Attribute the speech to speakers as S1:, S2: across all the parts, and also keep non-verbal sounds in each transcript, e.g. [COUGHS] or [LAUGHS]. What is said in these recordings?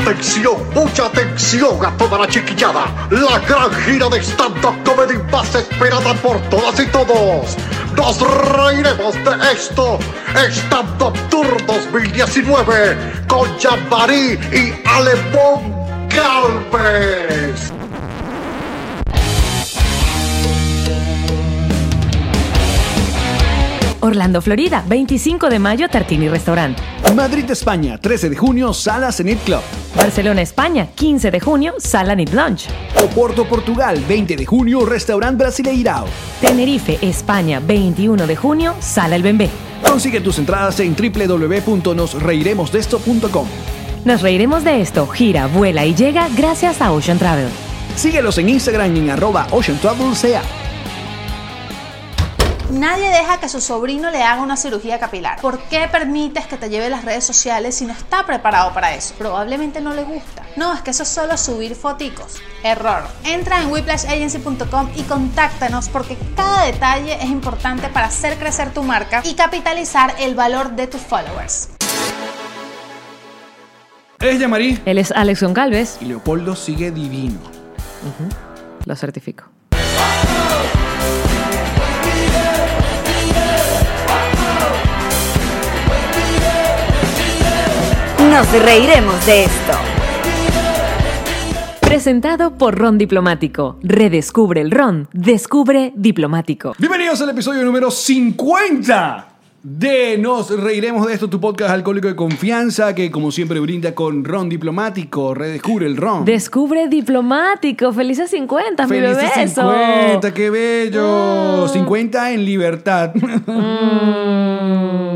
S1: Atención, mucha atención a toda la chiquillada. La gran gira de stand-up comedy más esperada por todas y todos. Nos reiremos de esto. Stand-up Tour 2019 con Jean-Marie y Alemón Galvez.
S2: Orlando, Florida, 25 de mayo, Tartini Restaurant.
S3: Madrid, España, 13 de junio, Sala Zenit Club.
S2: Barcelona, España, 15 de junio, Sala Need Lunch.
S3: Oporto, Portugal, 20 de junio, Restaurant Brasileirao.
S2: Tenerife, España, 21 de junio, Sala El Bembé.
S3: Consigue tus entradas en www.nosreiremosdeesto.com.
S2: Nos reiremos de esto, gira, vuela y llega gracias a Ocean Travel.
S3: Síguelos en Instagram en arroba Ocean Travel CA.
S4: Nadie deja que su sobrino le haga una cirugía capilar. ¿Por qué permites que te lleve las redes sociales si no está preparado para eso? Probablemente no le gusta. No, es que eso es solo subir foticos. Error. Entra en whiplashagency.com y contáctanos porque cada detalle es importante para hacer crecer tu marca y capitalizar el valor de tus followers.
S3: Es Yamari.
S2: Él es Alex Goncalves.
S3: Y Leopoldo sigue divino.
S2: Lo certifico.
S5: Nos reiremos de esto.
S2: Presentado por Ron Diplomático. Redescubre el Ron. Descubre Diplomático.
S3: Bienvenidos al episodio número 50 de Nos Reiremos de Esto, tu podcast alcohólico de confianza que como siempre brinda con Ron Diplomático. Redescubre el Ron.
S2: Descubre Diplomático. Felices 50, mi
S3: Felices
S2: bebé. Ah, eso. Mm.
S3: 50, qué bello. 50 en libertad.
S2: [LAUGHS]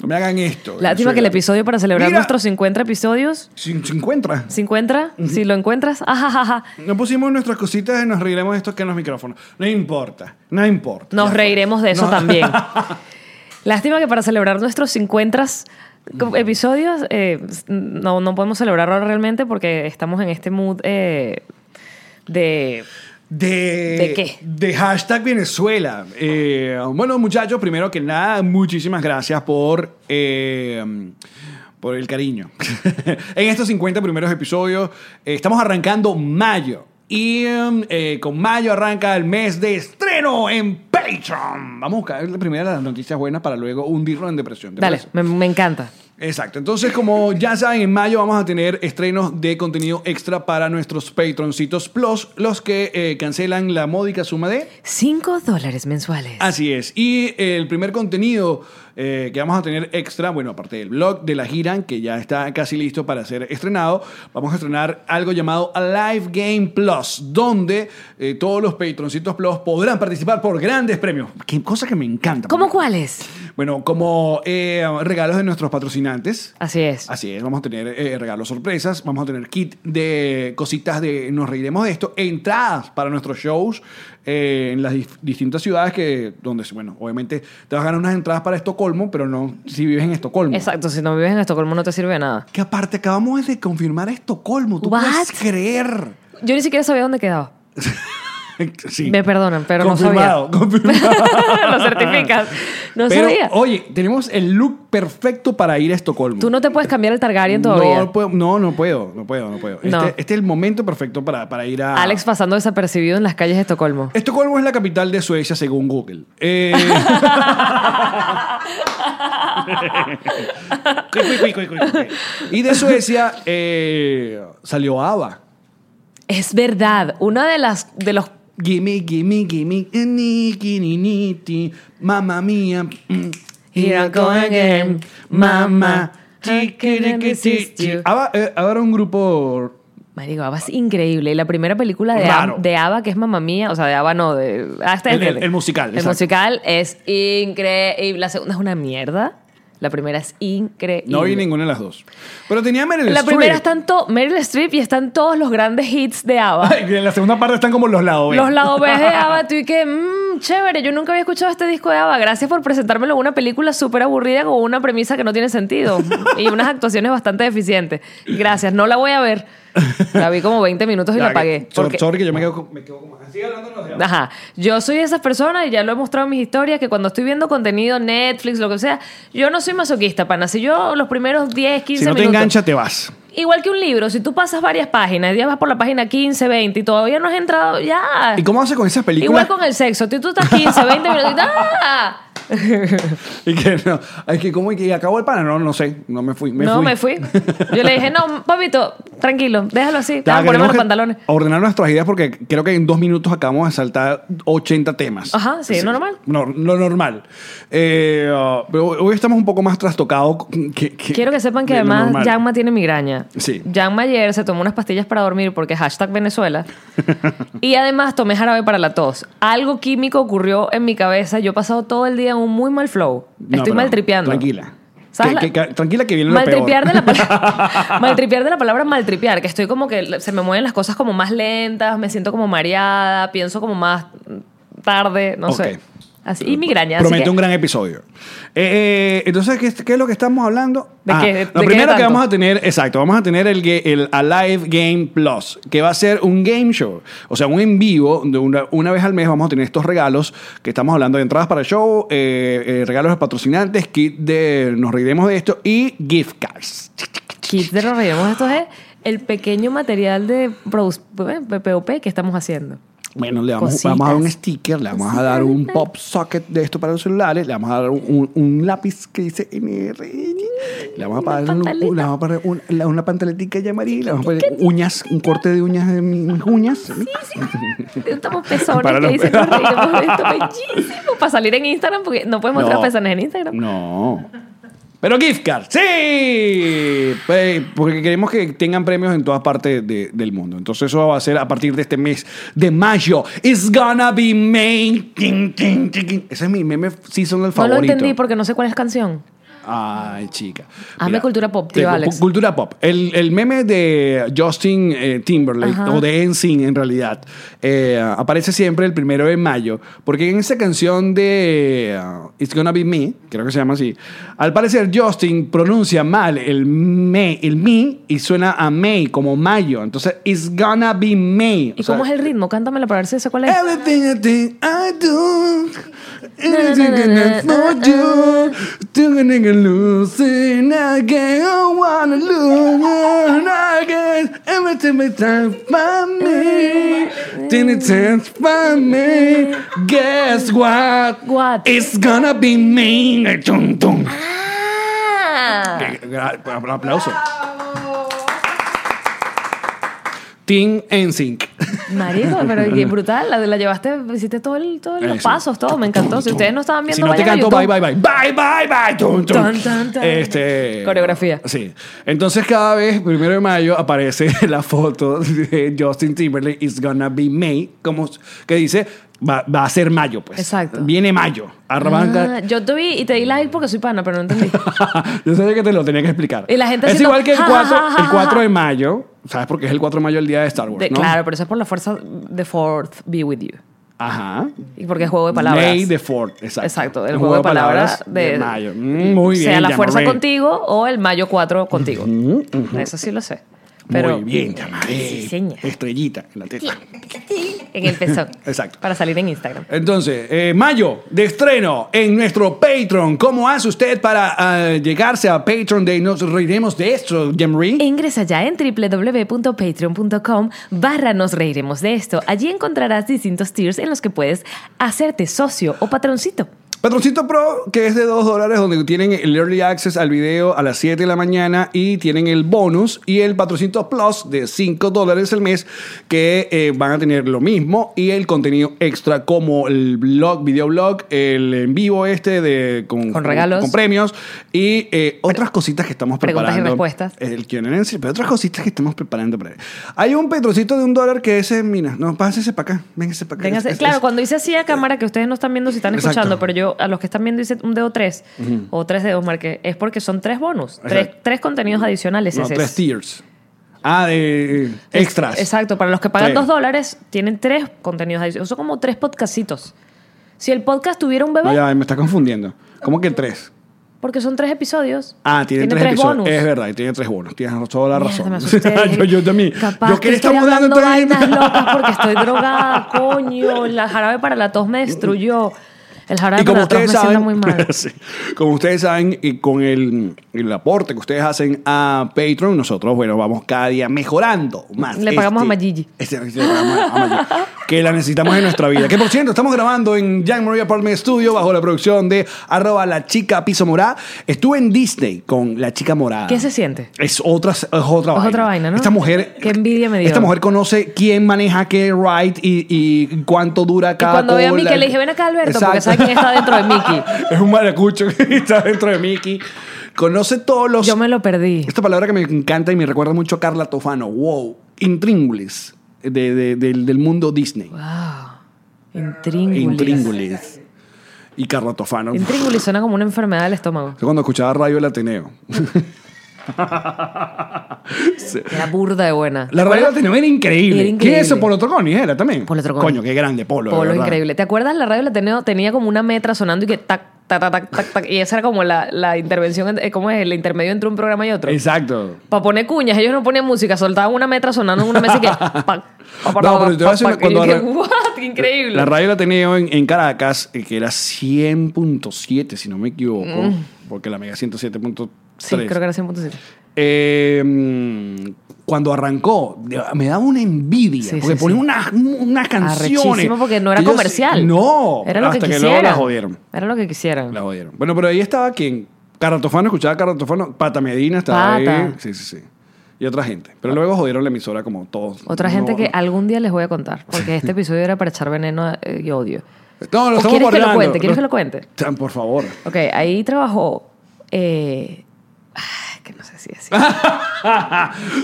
S3: No me hagan esto.
S2: Lástima que el
S3: Venezuela.
S2: episodio para celebrar
S3: Mira,
S2: nuestros 50 episodios.
S3: cin- 50.
S2: ¿Se encuentra? Si lo encuentras, [LAUGHS] ajajaja.
S3: No pusimos nuestras cositas y nos reiremos de esto que en los micrófonos. No importa, no importa.
S2: Nos
S3: Ya fue.
S2: reiremos de eso
S3: No.
S2: también.
S3: [LAUGHS]
S2: Lástima que para celebrar nuestros 50 co- episodios eh, no, no podemos celebrarlo realmente porque estamos en este mood eh, de...
S3: De,
S2: ¿De qué?
S3: De hashtag Venezuela. Eh, bueno, muchachos, primero que nada, muchísimas gracias por, eh, por el cariño. [LAUGHS] en estos 50 primeros episodios eh, estamos arrancando mayo. Y eh, con mayo arranca el mes de estreno en Patreon. Vamos a buscar la primera de las noticias buenas para luego hundirnos en depresión. ¿te
S2: Dale,
S3: parece?
S2: me, me encanta.
S3: Exacto. Entonces, como ya saben, en mayo vamos a tener estrenos de contenido extra para nuestros patroncitos plus, los que eh, cancelan la módica suma de.
S2: 5 dólares mensuales.
S3: Así es. Y el primer contenido eh, que vamos a tener extra, bueno, aparte del blog de la gira, que ya está casi listo para ser estrenado, vamos a estrenar algo llamado Live Game Plus, donde eh, todos los patroncitos plus podrán participar por grandes premios. Qué cosa que me encanta.
S2: ¿Cómo cuáles?
S3: Bueno, como eh, regalos de nuestros patrocinantes.
S2: Así es.
S3: Así es, vamos a tener eh, regalos sorpresas, vamos a tener kit de cositas de Nos Reiremos de Esto, entradas para nuestros shows eh, en las dif- distintas ciudades que, donde, bueno, obviamente te vas a ganar unas entradas para Estocolmo, pero no si vives en Estocolmo.
S2: Exacto, si no vives en Estocolmo no te sirve de nada.
S3: Que aparte acabamos de confirmar Estocolmo, tú
S2: What?
S3: puedes creer. [LAUGHS]
S2: Yo ni siquiera sabía dónde quedaba.
S3: Sí.
S2: Me perdonan, pero no
S3: confirmado, Confirmado,
S2: [LAUGHS] Lo certificas. No
S3: Pero,
S2: sabía.
S3: Oye, tenemos el look perfecto para ir a Estocolmo.
S2: Tú no te puedes cambiar el Targaryen todavía.
S3: No, puedo- no, no puedo, no puedo, no puedo. Este,
S2: No.
S3: este es el momento perfecto para, para ir a...
S2: Alex pasando desapercibido en las calles de Estocolmo.
S3: Estocolmo es la capital de Suecia según Google.
S2: [LAUGHS]
S3: Eh, Cui, cui, cui, cui, cui, cui. y de Suecia eh, salió ABBA.
S2: Es verdad, una de las de los
S3: Gimme, gimme, gimme, ni, ni, ni, ni, ti, mamma mía. mm.
S2: Here I go again, mamma,
S3: Ti,
S2: I
S3: ki,
S2: couldn't
S3: ki, ti,
S2: resist
S3: ti.
S2: you.
S3: ABBA eh, ABBA era un grupo
S2: Marico, Ava es increíble. Y La primera película de,
S3: Claro.
S2: Ab- de Ava, que es Mamá Mía, o sea, de Ava no, de. ah, esta es
S3: El- el-
S2: de-
S3: el musical,
S2: El
S3: exacto.
S2: musical es increíble. La segunda es una mierda. La primera es increíble.
S3: No vi ninguna de las dos. Pero tenía Meryl
S2: La
S3: Streep.
S2: primera están to- Meryl Streep y están todos los grandes hits de
S3: [LAUGHS]
S2: Ava.
S3: Ay, En la segunda parte están como los lados.
S2: Los lados B de ABBA, tú y que, mmm, chévere, yo nunca había escuchado este disco de ABBA. Gracias por presentármelo en una película súper aburrida con una premisa que no tiene sentido y unas actuaciones bastante deficientes. Gracias, no la voy a ver. La vi como 20 minutos y la apagué. porque-
S3: Sorry, que yo me quedo, con- me quedo como... Sigue hablando de los de Ava.
S2: Ajá. Yo soy de esas personas, y ya lo he mostrado en mis historias, que cuando estoy viendo contenido, Netflix, lo que sea, yo no soy masoquista, pana. Si yo los primeros 10, 15
S3: Si no te
S2: minutos...
S3: engancha, te vas.
S2: Igual que un libro, si tú pasas varias páginas, ya vas por la página 15, 20 y todavía no has entrado, ya.
S3: ¿Y cómo hace con esas películas?
S2: Igual con el sexo. Tú, tú estás 15, 20 minutos. y- ¡Ah!
S3: [LAUGHS] Y que no, es que como que acabó el pana, no, no sé, no me fui. Me
S2: no,
S3: fui.
S2: me
S3: [LAUGHS]
S2: fui. Yo le dije, no, papito, tranquilo, déjalo así.
S3: Ya,
S2: Vamos a ponerme
S3: tenemos
S2: los
S3: que
S2: pantalones.
S3: Ordenar nuestras ideas porque creo que en dos minutos acabamos de saltar 80 temas.
S2: Ajá, sí, normal.
S3: No, lo normal. Eh, ah, pero hoy estamos un poco más trastocados que,
S2: Quiero que sepan que
S3: de lo
S2: además
S3: normal.
S2: Yanma tiene migraña.
S3: Sí.
S2: Yanma ayer se tomó unas pastillas para dormir porque hashtag
S3: [LAUGHS]
S2: Venezuela. y además tomé jarabe para la tos. Algo químico ocurrió en mi cabeza. Yo he pasado todo el día en un muy mal flow.
S3: No,
S2: Estoy
S3: pero
S2: mal tripeando.
S3: Tranquila.
S2: ¿Sabes
S3: Que-
S2: la-
S3: que- que- tranquila que viene lo peor.
S2: Maltripear de, la
S3: [LAUGHS]
S2: palabra, maltripear de la palabra maltripear, que estoy como que se me mueven las cosas como más lentas, me siento como mareada, pienso como más tarde, no
S3: Ok.
S2: sé. Así, y migraña. así
S3: Promete
S2: que-
S3: un gran episodio. Eh, eh, entonces, ¿qué, qué es lo que estamos hablando?
S2: ¿De
S3: Ah,
S2: qué- de
S3: lo
S2: qué
S3: primero que
S2: tanto?
S3: vamos a tener, exacto, vamos a tener el, ge- el Alive Game Plus, que va a ser un game show, o sea, un en vivo, de una, una vez al mes vamos a tener estos regalos que estamos hablando de entradas para el show, eh, eh, regalos de patrocinantes, kit de Nos Reiremos de esto y gift cards.
S2: Kit de los Reyes. Esto es el pequeño material de produc- eh, POP que estamos haciendo.
S3: Bueno, le vamos,
S2: Cositas.
S3: vamos a dar un sticker, le vamos a dar un pop socket de esto para los celulares, le vamos a dar un, un- un lápiz que dice NR, le vamos a
S2: Una
S3: poner, un-
S2: pantaleta.
S3: le vamos a poner un- la- una pantaletica ya amarilla, le vamos a poner uñas, un corte de uñas de mis uñas.
S2: Estamos
S3: [LAUGHS]
S2: pezones
S3: Para
S2: que
S3: los-
S2: dicen nos reiremos de
S3: [LAUGHS]
S2: esto bellísimo para salir en Instagram porque no puedes mostrar
S3: No.
S2: pezones en Instagram.
S3: No. Pero gift card, sí, Eh, porque queremos que tengan premios en todas partes de- del mundo. Entonces eso va a ser a partir de este mes de mayo. It's gonna be May. Tin, tin, tin, tin. Ese es mi meme seasonal
S2: No lo
S3: favorito.
S2: entendí porque no sé cuál es canción.
S3: Ay, chica.
S2: Hazme cultura pop, tío
S3: te-
S2: Alex.
S3: Cultura pop. El, el meme de Justin eh, Timberlake,
S2: Ajá.
S3: o de NSYNC en realidad, eh, aparece siempre el primero de mayo, porque en esa canción de uh, It's Gonna Be Me, creo que se llama así, al parecer Justin pronuncia mal el me, el me y suena a May, como mayo. Entonces, It's Gonna Be May.
S2: ¿Y cómo es el ritmo? Cántamelo para ver si sé cuál
S3: eh,
S2: es.
S3: Everything I think I do. Everything I do for you. Think a nigga losing again. I wanna lose again. Everything is time for me. Then it's time for me. Guess what?
S2: What?
S3: It's gonna be me. Tum, tum.
S2: Ah.
S3: Gra- apla- Aplauso. Team NSYNC. [LAUGHS]
S2: Marico, pero qué brutal. La, la llevaste, hiciste todo el, todos los
S3: Eso.
S2: pasos, todo. Me encantó. Si ustedes no estaban viendo,
S3: Eh, Si no te
S2: vayan a
S3: canto,
S2: YouTube.
S3: bye, bye, bye. Bye, bye, bye. Tum, tum.
S2: Tan, tan, tan.
S3: Este,
S2: Coreografía.
S3: Sí. Entonces, cada vez, primero de mayo, aparece [LAUGHS] la foto de Justin Timberlake, It's Gonna Be May, como, que dice, va, va a ser mayo, pues.
S2: Exacto.
S3: Viene mayo.
S2: Ah,
S3: Arranca.
S2: yo te vi y te di like porque soy pana, pero no entendí.
S3: [LAUGHS] Yo sabía que te lo tenía que explicar.
S2: Y la gente
S3: es
S2: haciendo,
S3: igual que el
S2: ja,
S3: 4,
S2: ja, ja, ja,
S3: el 4
S2: ja.
S3: de mayo, ¿sabes? Porque es el 4 de mayo el día de Star Wars,
S2: De-
S3: ¿no?
S2: Claro, pero eso es por la fuerza de Fourth Be With You.
S3: Ajá.
S2: Y porque es juego de palabras.
S3: May the 4th, exacto.
S2: Exacto, el
S3: Un
S2: juego de palabras de-
S3: mayo. Mm, muy bien.
S2: sea la
S3: Jean
S2: fuerza
S3: Marais.
S2: contigo o el mayo 4 contigo. Eso sí lo sé. Pero
S3: Muy bien, llamaré.
S2: Sí, señor.
S3: Estrellita en la teta.
S2: En el pezón.
S3: [LAUGHS] Exacto.
S2: Para salir en Instagram.
S3: Entonces, eh, mayo de estreno en nuestro Patreon. ¿Cómo hace usted para ah, llegarse a Patreon de Nos Reiremos de esto, Jamree?
S2: E Ingresa ya en www.patreon.com barra nos reiremos de esto. Allí encontrarás distintos tiers en los que puedes hacerte socio o patroncito.
S3: Patroncito Pro, que es de 2 dólares, donde tienen el early access al video a las 7 de la mañana y tienen el bonus. Y el Patroncito Plus de 5 dólares al mes, que eh, van a tener lo mismo. Y el contenido extra, como el blog, videoblog, el en vivo este de,
S2: Con regalos.
S3: Con premios y eh, otras cositas que estamos preparando.
S2: preguntas y respuestas.
S3: El Q&A, en sí, pero otras cositas que estamos preparando para él. Hay un Patroncito de un dólar que ese, mira, no, pásese para acá, véngase para acá.
S2: Véngase-
S3: Es- es-
S2: claro,
S3: es-
S2: cuando hice así a cámara, que ustedes no están viendo si están
S3: Exacto.
S2: escuchando, pero yo a los que están viendo hice un dedo tres o tres dedos, marqué. Es porque son tres bonus, tres,
S3: Exacto.
S2: tres contenidos adicionales.
S3: No,
S2: ese es.
S3: tres tiers. Ah, de
S2: Es-
S3: extras.
S2: Exacto, para los que pagan
S3: Tres.
S2: dos dólares, tienen tres contenidos adicionales. Son como tres podcastitos. Si el podcast tuviera un bebé,
S3: No, ya me está confundiendo. ¿Cómo que tres?
S2: porque son tres episodios.
S3: Ah, tiene, tres, episodios.
S2: bonus.
S3: Es verdad, tiene tres bonos. Tienes toda la
S2: Mierda,
S3: razón.
S2: me asusté.
S3: [LAUGHS] yo, yo también.
S2: Capaz
S3: yo
S2: que
S3: que le
S2: estoy
S3: estamos dando
S2: hablando vainas
S3: tres.
S2: locas porque
S3: [LAUGHS]
S2: estoy drogada, coño. La jarabe para la tos me destruyó. El jarabe
S3: Y como
S2: para la tos me
S3: ustedes
S2: sienta
S3: saben,
S2: muy
S3: [LAUGHS]
S2: mal.
S3: sí. como ustedes saben, y con el, el aporte que ustedes hacen a Patreon, nosotros, bueno, vamos cada día mejorando más.
S2: Le pagamos a Mayigi.
S3: este- le pagamos a Mayigi, que la necesitamos en nuestra vida. Que por cierto, estamos grabando en Jean Marie Apartment Studio bajo la producción de arroba la chica piso morada. Estuve en Disney con la chica morada.
S2: ¿Qué se siente?
S3: Es otra, es otra
S2: Es
S3: vaina.
S2: otra vaina, ¿no?
S3: Esta mujer.
S2: Qué envidia me dio.
S3: Esta mujer conoce quién maneja qué ride y, y cuánto dura cada
S2: cuando ve a
S3: cola.
S2: Mickey le dije, "Ven acá, Alberto", porque sabe quién está dentro de Mickey.
S3: [LAUGHS] es un maracucho que está dentro de Mickey. Conoce todos los.
S2: Yo me lo perdí.
S3: Esta palabra que me encanta y me recuerda mucho a Carla Tofano. Wow. Intríngulis. de- de- del, del mundo Disney.
S2: Wow. Intríngulis.
S3: Intríngulis. Y Carla Tofano.
S2: Intríngulis suena como una enfermedad del estómago.
S3: Yo cuando escuchaba Radio El Ateneo.
S2: Era burda de buena.
S3: La radio del Ateneo era increíble.
S2: Era
S3: ¿Qué
S2: increíble.
S3: es eso? Polo Troconi era también.
S2: Polo Troconi.
S3: Coño, qué grande Polo. de
S2: Polo
S3: verdad.
S2: increíble. ¿Te acuerdas? La radio la tenía, tenía como una metra sonando y que tac, tac, tac, tac, tac, tac. Y esa era como la, la intervención, en- eh, ¿cómo es? El intermedio entre un programa y otro.
S3: Exacto.
S2: Para poner cuñas, ellos no ponían música, soltaban una metra sonando en una mesa y que.
S3: [LAUGHS]
S2: pac, pac, pac,
S3: No, pero te voy a decir
S2: pac,
S3: una-
S2: pac. Y yo
S3: cuando
S2: dije,
S3: arran-
S2: "What? ¡Qué increíble!
S3: La radio la tenía en, en Caracas, eh, que era 100.7, si no me equivoco, porque la mega 107.3.
S2: Mm. sí, creo que era 100.7.
S3: Eh, mm, cuando arrancó, de- me daba una envidia.
S2: Sí,
S3: porque
S2: sí,
S3: ponía
S2: sí.
S3: unas, unas canciones.
S2: Arrechísimo porque no era
S3: que yo-
S2: comercial.
S3: No.
S2: Era lo
S3: hasta
S2: que
S3: que,
S2: quisieran.
S3: luego la jodieron.
S2: Era lo que quisieran.
S3: La jodieron. Bueno, pero ahí estaba quien. Carratofano, escuchaba Carratofano. Pata Medina
S2: Pata.
S3: estaba ahí. Sí, sí, sí. Y otra gente. Pero luego jodieron la emisora como todos.
S2: Otra
S3: No,
S2: gente que
S3: no.
S2: algún día les voy a contar, porque
S3: [LAUGHS]
S2: este episodio era para echar veneno eh, y odio.
S3: No, lo
S2: ¿O
S3: estamos
S2: quieres que lo
S3: guardando.
S2: cuente? ¿Quieres que lo cuente?
S3: Tan, Por favor.
S2: Ok, ahí trabajó. Eh, ah, que no sé si decir.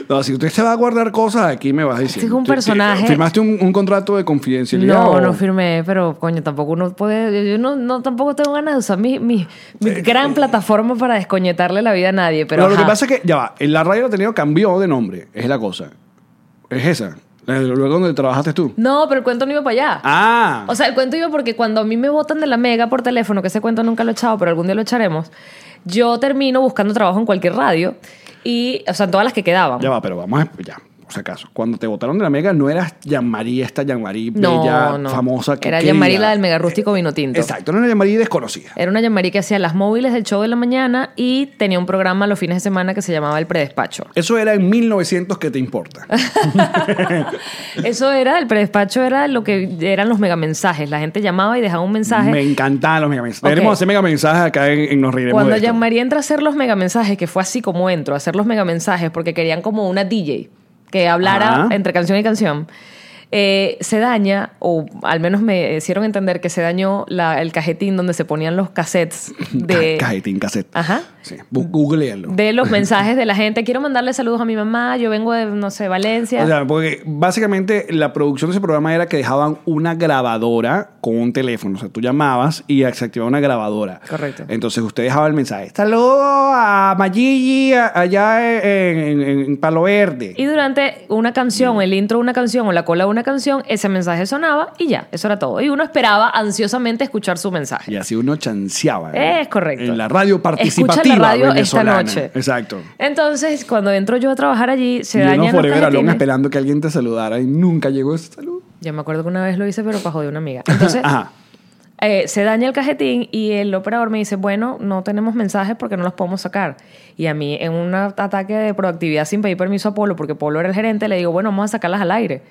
S3: No, si usted se va a guardar cosas, aquí me vas diciendo.
S2: Este es un
S3: Tú- tú-
S2: personaje.
S3: ¿Firmaste un, un contrato de confidencialidad?
S2: No,
S3: o-
S2: no firmé, pero coño, tampoco uno puede. Yo no, no tampoco tengo ganas de usar mi, mi, mi gran plataforma para descoñetarle la vida a nadie. Pero
S3: Pero lo que
S2: ajá.
S3: pasa es que, ya va, en la radio tenido cambió de nombre. Es la cosa. Es esa. La del lugar donde trabajaste tú.
S2: No, pero el cuento no iba para allá.
S3: Ah.
S2: O sea, el cuento iba porque cuando a mí me votan de la mega por teléfono, que ese cuento nunca lo he echado, pero algún día lo echaremos, yo termino buscando trabajo en cualquier radio y, o sea, en todas las que quedaban.
S3: ya va, pero vamos a. Ya, por si acaso. Cuando te votaron de la mega, no eras Yanmaría, esta Yanmarí
S2: No,
S3: bella,
S2: no.
S3: famosa. Que
S2: Era
S3: querida.
S2: Yanmarí la del mega rústico vino tinto.
S3: Exacto, no era Yanmarí desconocida.
S2: Era una llamaría que hacía las móviles del show de la mañana y tenía un programa los fines de semana que se llamaba El Predespacho.
S3: Eso era en 1900, ¿qué
S2: [LAUGHS]
S3: te importa?
S2: Eso era, el predespacho era lo que eran los megamensajes. La gente llamaba y dejaba un mensaje.
S3: Me encantaban los megamensajes.
S2: Ok.
S3: Tenemos que hacer megamensajes acá en, en Nos Reiremos.
S2: Cuando
S3: de esto.
S2: llamaría entra a hacer los megamensajes, que fue así como entro, a hacer los megamensajes, porque querían como una DJ que hablara
S3: Ajá.
S2: entre canción y canción, eh, se daña, o al menos me hicieron entender que se dañó la- el cajetín donde se ponían los cassettes de...
S3: [LAUGHS] Ca- Cajetín, cassette.
S2: Ajá.
S3: Sí, bu- googlealo.
S2: De
S3: [LAUGHS]
S2: los mensajes de la gente. Quiero mandarle saludos a mi mamá, yo vengo de, no sé, Valencia.
S3: O sea, porque básicamente la producción de ese programa era que dejaban una grabadora con un teléfono. O sea, tú llamabas y se activaba una grabadora.
S2: Correcto.
S3: Entonces usted dejaba el mensaje. Saludos a Mayigi a- allá en, en- en Palo Verde.
S2: Y durante una canción, el intro de una canción o la cola de una canción, ese mensaje sonaba y ya, eso era todo. Y uno esperaba ansiosamente escuchar su mensaje.
S3: Y así uno chanceaba. ¿eh?
S2: Es correcto.
S3: En la radio participativa
S2: Escucha la radio
S3: venezolana.
S2: esta noche.
S3: Exacto.
S2: Entonces, cuando entro yo a trabajar allí, se
S3: y uno
S2: dañan los
S3: forever alone
S2: cajetines.
S3: esperando que alguien te saludara y nunca llegó ese saludo.
S2: Yo me acuerdo que una vez lo hice, pero para joder una amiga. Entonces,
S3: [LAUGHS] Ajá.
S2: eh, se daña el cajetín y el operador me dice, bueno, no tenemos mensajes porque no los podemos sacar. Y a mí, en un ataque de proactividad sin pedir permiso a Polo, porque Polo era el gerente, le digo, bueno, vamos a sacarlas al aire.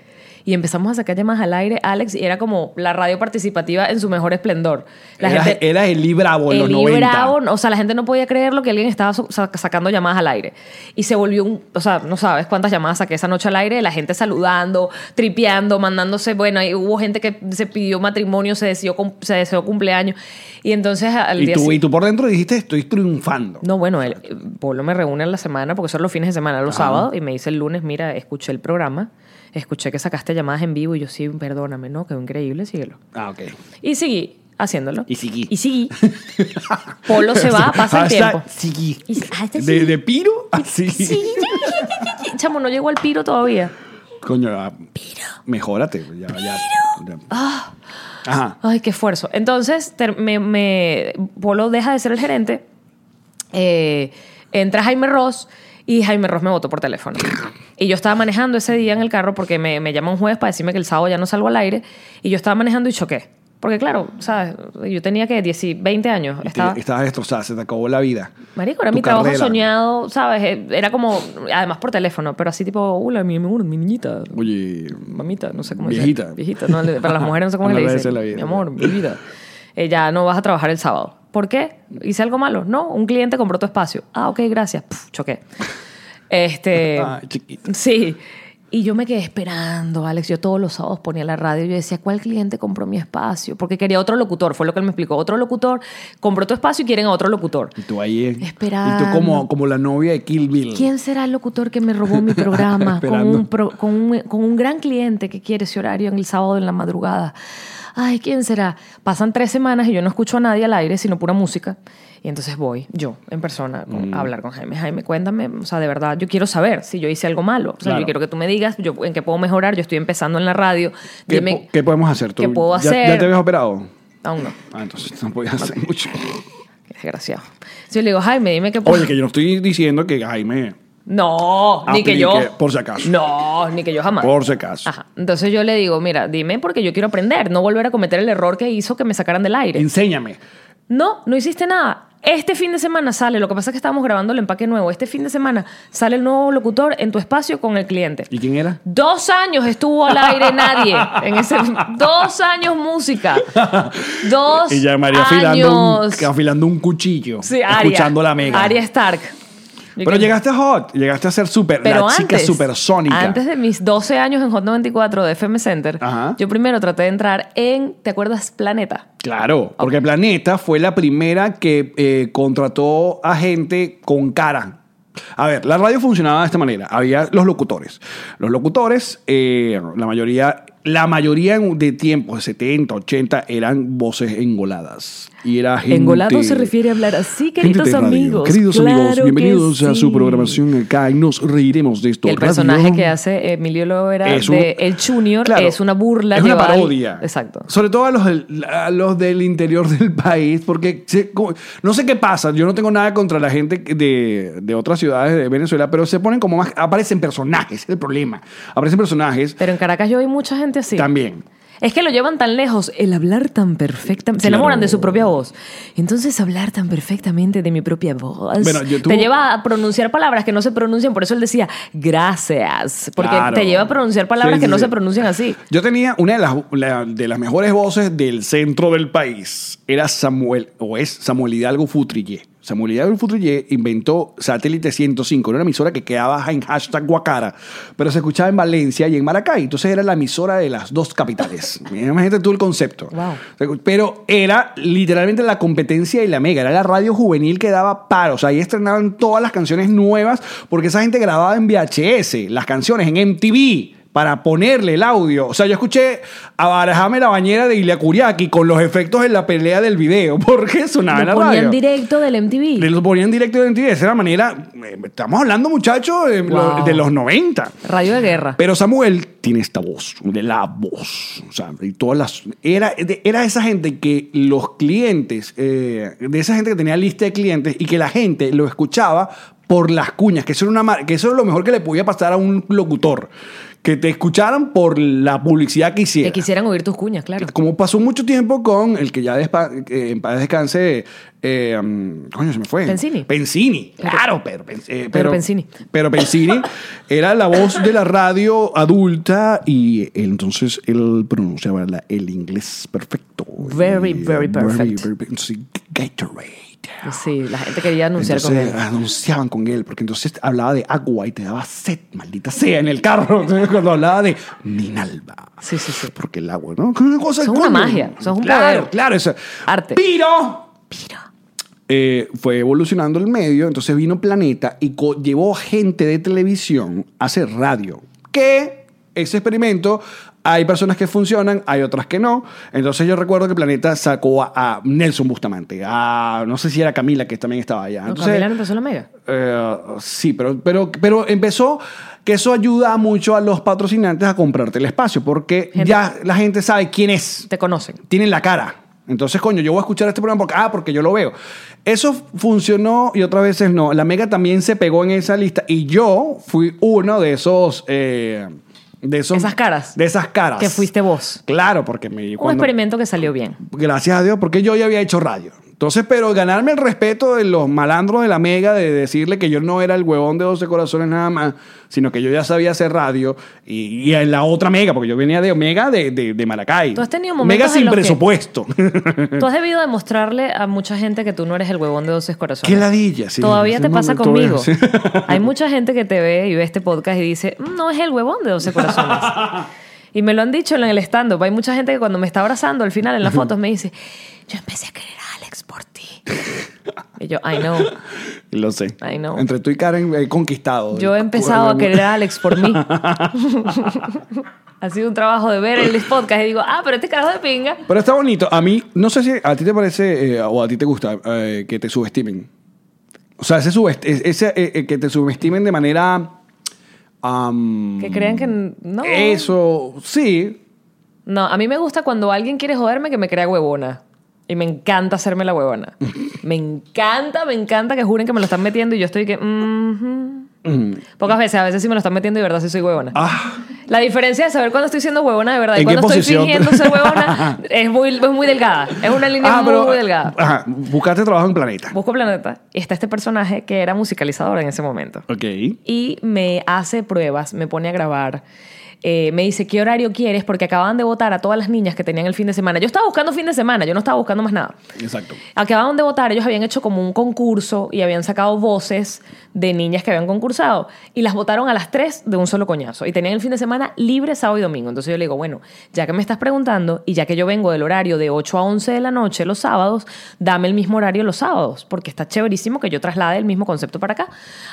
S2: y empezamos a sacar llamadas al aire, Alex, y era como la radio participativa en su mejor esplendor. La
S3: Eras-
S2: gente,
S3: eras el Lee Bravo en los
S2: Eli
S3: 90.
S2: Bravo, o sea, la gente no podía creer lo que alguien estaba so- sa- sacando llamadas al aire. Y se volvió un, o sea, no sabes cuántas llamadas saqué esa noche al aire, la gente saludando, tripeando, mandándose, bueno, y hubo gente que se pidió matrimonio, se deseó, cum- se deseó cumpleaños. Y entonces al
S3: Y
S2: día
S3: tú,
S2: si-
S3: y tú por dentro dijiste, estoy triunfando.
S2: No, bueno, el, Polo me reúne en la semana, porque son los fines de semana, los sábados, y me dice el lunes, mira, escuché el programa, escuché que sacaste llamadas en vivo, y yo sí, perdóname, ¿no? Quedó increíble, síguelo.
S3: Ah, ok.
S2: Y seguí haciéndolo.
S3: Y seguí.
S2: Y seguí.
S3: [LAUGHS]
S2: Polo se va, pasa el
S3: Hasta
S2: tiempo.
S3: Sigui.
S2: Y- "Ah, este hasta
S3: De,
S2: Sigui.
S3: de Ah, piro a Sigui.
S2: Sí. [LAUGHS] Chamo, no llegó al piro todavía.
S3: Coño, ah, mejórate. Ya, ya, ya.
S2: Ah.
S3: Ajá.
S2: Ay, qué esfuerzo. Entonces, ter- me, me- Polo deja de ser el gerente. eh, entra Jaime Ross y Jaime Ross me votó por teléfono. Y yo estaba manejando ese día en el carro porque me, me llama un jueves para decirme que el sábado ya no salgo al aire. Y yo estaba manejando y choqué. Porque, claro, ¿sabes? Yo tenía que 20 años.
S3: Y te-
S2: Estaba...
S3: Estabas destrozada, se te acabó la vida.
S2: Marico, era
S3: Tu
S2: mi trabajo
S3: carrera.
S2: soñado, ¿sabes? Eh, Era como, además por teléfono, pero así tipo, hola, mi amor, mi niñita,
S3: Oye,
S2: mamita, no sé cómo
S3: Viejita.
S2: dice. Viejita. no le-
S3: [LAUGHS]
S2: para las mujeres no sé cómo
S3: No
S2: le
S3: le
S2: dicen.
S3: dicen la vida.
S2: Mi amor, mi vida. Eh, ya no vas a trabajar el sábado. ¿Por qué? ¿Hice algo malo? No, un cliente compró tu espacio. Ah, ok, gracias. Puf, choqué. Este.
S3: [LAUGHS] Ay, chiquito.
S2: Sí. Y yo me quedé esperando, Alex. Yo todos los sábados ponía la radio y yo decía, ¿cuál cliente compró mi espacio? Porque quería otro locutor, fue lo que él me explicó. Otro locutor compró tu espacio y quieren a otro locutor.
S3: Y tú ahí. eh.
S2: Esperando.
S3: Y tú como, como la novia de Kill Bill.
S2: ¿Quién será el locutor que me robó mi
S3: [LAUGHS]
S2: programa con,
S3: Mm. Esperando.
S2: un pro- con, un, con un gran cliente que quiere ese horario en el sábado en la madrugada? Ay, ¿quién será? Pasan tres semanas y yo no escucho a nadie al aire, sino pura música. Y entonces voy, yo, en persona, con-
S3: Mm.
S2: a hablar con Jaime. Jaime, cuéntame, o sea, de verdad, yo quiero saber si yo hice algo malo. O sea,
S3: Claro.
S2: yo quiero que tú me digas yo, en qué puedo mejorar. Yo estoy empezando en la radio.
S3: ¿Qué,
S2: Dime-
S3: po- qué podemos hacer tú?
S2: ¿Qué puedo
S3: ¿Ya-
S2: hacer?
S3: ¿Ya, te habías operado?
S2: Aún no,
S3: Ah, entonces no podías hacer mucho.
S2: qué desgraciado. Yo le digo, Jaime, dime qué puedo...
S3: Oye, que yo Ah, no estoy diciendo que Jaime.
S2: No, ni que
S3: Aplique,
S2: yo.
S3: por si acaso.
S2: No, ni que yo jamás.
S3: Por si acaso.
S2: Ajá. Entonces yo le digo, mira, dime porque yo quiero aprender, no volver a cometer el error que hizo que me sacaran del aire.
S3: Enséñame.
S2: No, no hiciste nada. Este fin de semana sale, lo que pasa es que estábamos grabando el empaque nuevo. Este fin de semana sale el nuevo locutor en tu espacio con el cliente.
S3: ¿Y
S2: [LAUGHS]
S3: quién era?
S2: Dos años estuvo al
S3: [LAUGHS]
S2: aire nadie. En ese, dos años música. Dos
S3: Y ya María
S2: años.
S3: afilando un, afilando un cuchillo.
S2: Sí, Aria.
S3: escuchando la mega.
S2: Aria Stark. Yo
S3: Pero
S2: que-
S3: llegaste a Hot, llegaste a ser super,
S2: Pero
S3: la chica
S2: antes,
S3: supersónica.
S2: Antes de mis 12 años en Hot 94 de FM Center,
S3: Ajá.
S2: yo primero traté de entrar en, ¿te acuerdas? Planeta.
S3: Claro, porque Planeta fue la primera que eh, contrató a gente con cara. A ver, la radio funcionaba de esta manera. Había los locutores. Los locutores, eh, la mayoría, la mayoría de tiempo, 70, 80, eran voces engoladas. Y era gente-
S2: Engolado se refiere a hablar así,
S3: gente
S2: queridos
S3: de radio.
S2: amigos.
S3: Queridos
S2: Claro
S3: amigos,
S2: que
S3: bienvenidos a su
S2: sí.
S3: programación acá y nos reiremos de esto.
S2: Y el personaje
S3: Radio.
S2: que hace Emilio Lovera
S3: Es un-
S2: de El Junior
S3: Claro,
S2: es una burla.
S3: Es una
S2: llevada al-
S3: parodia.
S2: Exacto.
S3: Sobre todo a los, del, a los del interior [LAUGHS] del país, porque se- como- no sé qué pasa. Yo no tengo nada contra la gente de, de otras ciudades de Venezuela, pero se ponen como más. Aparecen personajes, es el problema. Aparecen personajes
S2: Pero en Caracas yo vi mucha gente así.
S3: también.
S2: Es que lo llevan tan lejos, el hablar tan perfectamente. Se
S3: Claro.
S2: enamoran de su propia voz. Entonces, hablar tan perfectamente de mi propia voz
S3: Bueno, yo tuve-
S2: te lleva a pronunciar palabras que no se pronuncian. Por eso él decía gracias. Porque
S3: Claro.
S2: te lleva a pronunciar palabras
S3: Sí,
S2: que
S3: sí,
S2: no
S3: sí.
S2: se pronuncian así.
S3: Yo tenía una de las, la- de las mejores voces del centro del país. Era Samuel, o es Samuel Hidalgo Futrillé. Samuel Hidalgo Futrillé inventó Satélite 105, era una emisora que quedaba en hashtag Guacara, pero se escuchaba en Valencia y en Maracay. Entonces era la emisora de las dos capitales. [LAUGHS] Imagínate tú el concepto.
S2: Wow.
S3: Pero era literalmente la competencia y la mega. Era la radio juvenil que daba paros. Ahí estrenaban todas las canciones nuevas porque esa gente grababa en VHS las canciones en MTV para ponerle el audio. O sea, yo escuché a Barajame la bañera de Ilya Kuriaki con los efectos en la pelea del video [LAUGHS] porque sonaba en la
S2: Lo
S3: radio.
S2: ponían directo del
S3: Le
S2: MTV.
S3: lo ponían directo de MTV. De esa manera, eh, estamos hablando, muchachos, de,
S2: Wow.
S3: los- de los 90.
S2: Radio de guerra.
S3: Pero Samuel tiene esta voz, de la voz. O sea, y todas las. Era, de- era esa gente que los clientes, eh, de esa gente que tenía lista de clientes y que la gente lo escuchaba por las cuñas, que eso era, una, mar- que eso era lo mejor que le podía pasar a un locutor. que te escucharan por la publicidad que
S2: Que
S3: hicieran.
S2: quisieran oír tus cuñas, claro.
S3: Como pasó mucho tiempo con el que ya despa- eh, en paz descanse, eh, um, coño, se me fue.
S2: Pensini.
S3: Pensini, claro, pero, Pen- eh, pero,
S2: Pensini.
S3: Pero
S2: [LAUGHS]
S3: Pensini era la voz de la radio adulta y él, entonces él pronunciaba la- el inglés perfecto.
S2: Very,
S3: Y,
S2: very perfect.
S3: perfect. Entonces, Gatorade.
S2: Sí, la gente quería anunciar con
S3: Entonces, ah,
S2: él.
S3: anunciaban con él, porque entonces hablaba de agua y te daba sed, maldita sea, en el carro. Entonces, cuando hablaba de Minalba.
S2: Sí, sí, sí.
S3: Porque el agua, ¿no? Una cosa,
S2: Son una magia, son un
S3: Claro,
S2: poder.
S3: claro. eso.
S2: Arte.
S3: Piro
S2: Piro.
S3: eh, fue evolucionando el medio, entonces vino Planeta y co- llevó gente de televisión a hacer radio. Que ese experimento, hay personas que funcionan, hay otras que no. Entonces yo recuerdo que Planeta sacó a, a Nelson Bustamante, a no sé si era Camila, que también estaba allá.
S2: No,
S3: Entonces,
S2: Camila no empezó la mega.
S3: eh, sí, pero, pero, pero empezó que eso ayuda mucho a los patrocinantes a comprarte el espacio, porque
S2: Gente-
S3: ya la gente sabe quién es
S2: Te conocen.
S3: tienen la cara. Entonces, coño, yo voy a escuchar este programa porque, ah, porque yo lo veo. Eso funcionó y otras veces no. La Mega también se pegó en esa lista y yo fui uno de esos... eh, de esos,
S2: Esas caras.
S3: De esas caras.
S2: Que fuiste vos.
S3: Claro, porque me...
S2: Un
S3: cuando-
S2: experimento que salió
S3: [LAUGHS]
S2: bien.
S3: gracias a Dios, porque yo ya había hecho radio. Entonces, pero ganarme el respeto de los malandros de la mega, de decirle que yo no era el huevón de 12 corazones nada más, sino que yo ya sabía hacer radio y, y en la otra mega, porque yo venía de Omega de, de, de Maracay.
S2: Tú has tenido momentos
S3: Mega sin
S2: en los que-
S3: presupuesto. [LAUGHS]
S2: Tú has debido demostrarle a mucha gente que tú no eres el huevón de 12 corazones.
S3: Qué ladilla, sí.
S2: Todavía
S3: Ese
S2: te pasa
S3: momento, todavía,
S2: conmigo.
S3: sí. [LAUGHS]
S2: Hay mucha gente que te ve y ve este podcast y dice, "Mm, no es el huevón de 12
S3: [LAUGHS]
S2: corazones. Y me lo han dicho en el stand-up. Hay mucha gente que cuando me está abrazando al final
S3: [LAUGHS]
S2: en las fotos me dice, yo empecé a querer a Alex por ti. Y yo, I know.
S3: Lo sé.
S2: Ay, no.
S3: Entre tú y Karen he conquistado.
S2: Yo he
S3: El-
S2: empezado a querer a Alex por mí. [LAUGHS] ha sido un trabajo de ver el podcast y digo, ah, pero este carajo de pinga.
S3: Pero está bonito. A mí, no sé si a ti te parece eh, o a ti te gusta eh, que te subestimen. O sea, ese, subest- es- ese eh, eh, que te subestimen de manera... am,
S2: Que crean que n- no.
S3: Eso, sí.
S2: No, a mí me gusta cuando alguien quiere joderme que me crea huevona. Y me encanta hacerme la huevona. me encanta, me encanta que juren que me lo están metiendo y yo estoy que... "Mhm". Pocas veces, a veces sí me lo están metiendo y de verdad sí soy huevona.
S3: Mm. Ah,
S2: La diferencia de saber cuándo estoy siendo huevona de verdad y
S3: ¿En qué
S2: cuándo estoy
S3: posición?
S2: fingiendo ser
S3: [LAUGHS]
S2: huevona es muy, es muy delgada. Es una línea
S3: ah,
S2: muy,
S3: pero...
S2: muy delgada.
S3: Ajá, buscaste trabajo en Planeta.
S2: Busco Planeta y está este personaje que era musicalizador en ese momento
S3: Ok.
S2: y me hace pruebas, me pone a grabar. Eh, me dice, ¿qué horario quieres? Porque acababan de votar a todas las niñas que tenían el fin de semana. Yo estaba buscando fin de semana, yo no estaba buscando más nada.
S3: Exacto.
S2: Acababan de votar, ellos habían hecho como un concurso y habían sacado voces de niñas que habían concursado y las votaron a las tres de un solo coñazo y tenían el fin de semana libre sábado y domingo. Entonces yo le digo, bueno, ya que me estás preguntando y ya que yo vengo del horario de 8 a 11 de la noche los sábados, dame el mismo horario los sábados, porque está chéverísimo que yo traslade el mismo concepto para acá.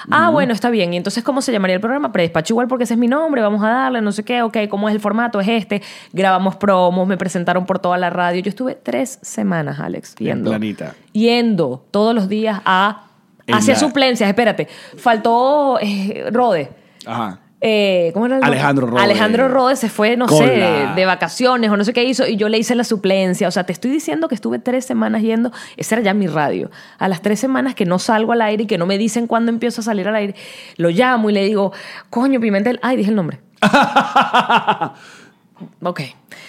S2: Ah, bueno, está bien. ¿Y entonces cómo se llamaría el programa? Predespacho igual porque ese es mi nombre, vamos a darle, no sé qué, ok, ¿cómo es el formato? Es este. Grabamos promos, me presentaron por toda la radio. Yo estuve tres semanas, Alex,
S3: En
S2: yendo
S3: Planeta.
S2: yendo todos los días a
S3: En
S2: hacer
S3: la-
S2: suplencias. Espérate, faltó eh, Rode. [LAUGHS]
S3: Ajá.
S2: Eh, ¿Cómo era el nombre?
S3: Alejandro Rode.
S2: Alejandro Rode se fue, no
S3: Con
S2: sé,
S3: la-
S2: de vacaciones o no sé qué hizo y yo le hice la suplencia. O sea, te estoy diciendo que estuve tres semanas yendo. Esa era ya mi radio. A las tres semanas que no salgo al aire y que no me dicen cuándo empiezo a salir al aire, lo llamo y le digo, coño, Pimentel. Ay, dije el nombre. Ok.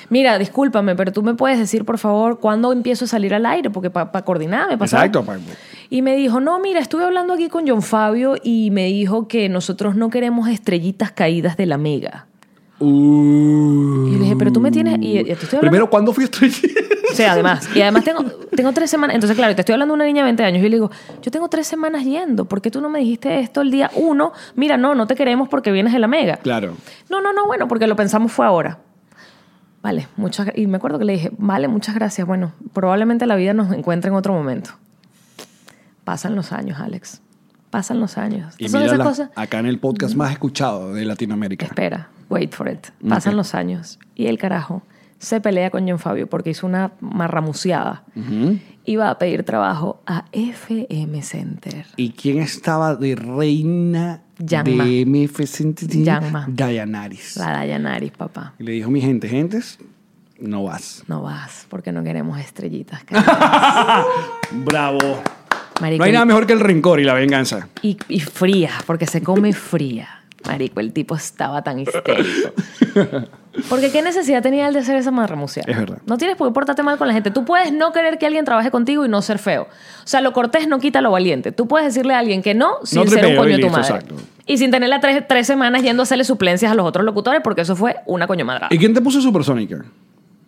S2: Mira, discúlpame, pero tú me puedes decir, por favor, cuándo empiezo a salir al aire, porque para coordinarme, para saber-
S3: Exacto. pues. pa-
S2: y me dijo, no, mira, estuve hablando aquí con John Fabio y me dijo que nosotros no queremos estrellitas caídas de la mega.
S3: Uh.
S2: Y le dije, pero tú me tienes- y- y te estoy hablando-
S3: Primero, ¿cuándo
S2: [LAUGHS]
S3: fui estrella?
S2: O sea, además. Y además tengo, tengo tres semanas. Entonces, claro, te estoy hablando de una niña de 20 años. Y yo le digo, yo tengo tres semanas yendo. ¿Por qué tú no me dijiste esto el día uno? Mira, no, no te queremos porque vienes de la mega.
S3: Claro.
S2: No, no, no, bueno, porque lo pensamos fue ahora. Vale, muchas gra- Y me acuerdo que le dije, vale, muchas gracias. Bueno, probablemente la vida nos encuentre en otro momento. Pasan los años, Alex. Pasan los años.
S3: Y
S2: Son
S3: mira
S2: esas
S3: la-
S2: cosas.
S3: acá en el podcast más escuchado de Latinoamérica.
S2: Espera, wait for it. Pasan
S3: Ok.
S2: los años. Y el carajo se pelea con John Fabio porque hizo una marramuseada. Iba a pedir trabajo a FM Center.
S3: ¿Y quién estaba de reina
S2: Yanma.
S3: de MFC?
S2: Yanma.
S3: Dayanaris.
S2: La Dayanaris, papá.
S3: Y le dijo, mi gente, gentes, no vas.
S2: No vas, porque no queremos estrellitas. cariño.
S3: Bravo.
S2: Marico,
S3: [LAUGHS] No hay
S2: y-
S3: nada mejor que el rencor y la venganza.
S2: y, y fría, porque se come fría. Marico, el tipo estaba tan histérico. Porque qué necesidad tenía él de hacer esa marramucia.
S3: Es verdad.
S2: No tienes por qué portarte mal con la gente. Tú puedes no querer que alguien trabaje contigo y no ser feo. O sea, lo cortés no quita lo valiente. Tú puedes decirle a alguien que no sin ser
S3: tripeo
S2: un
S3: y
S2: coño de tu
S3: listo,
S2: madre.
S3: exacto.
S2: Y sin tener las tres, tres semanas yendo a hacerle suplencias a los otros locutores porque eso fue una coño madrada.
S3: ¿Y quién te puso Supersónica?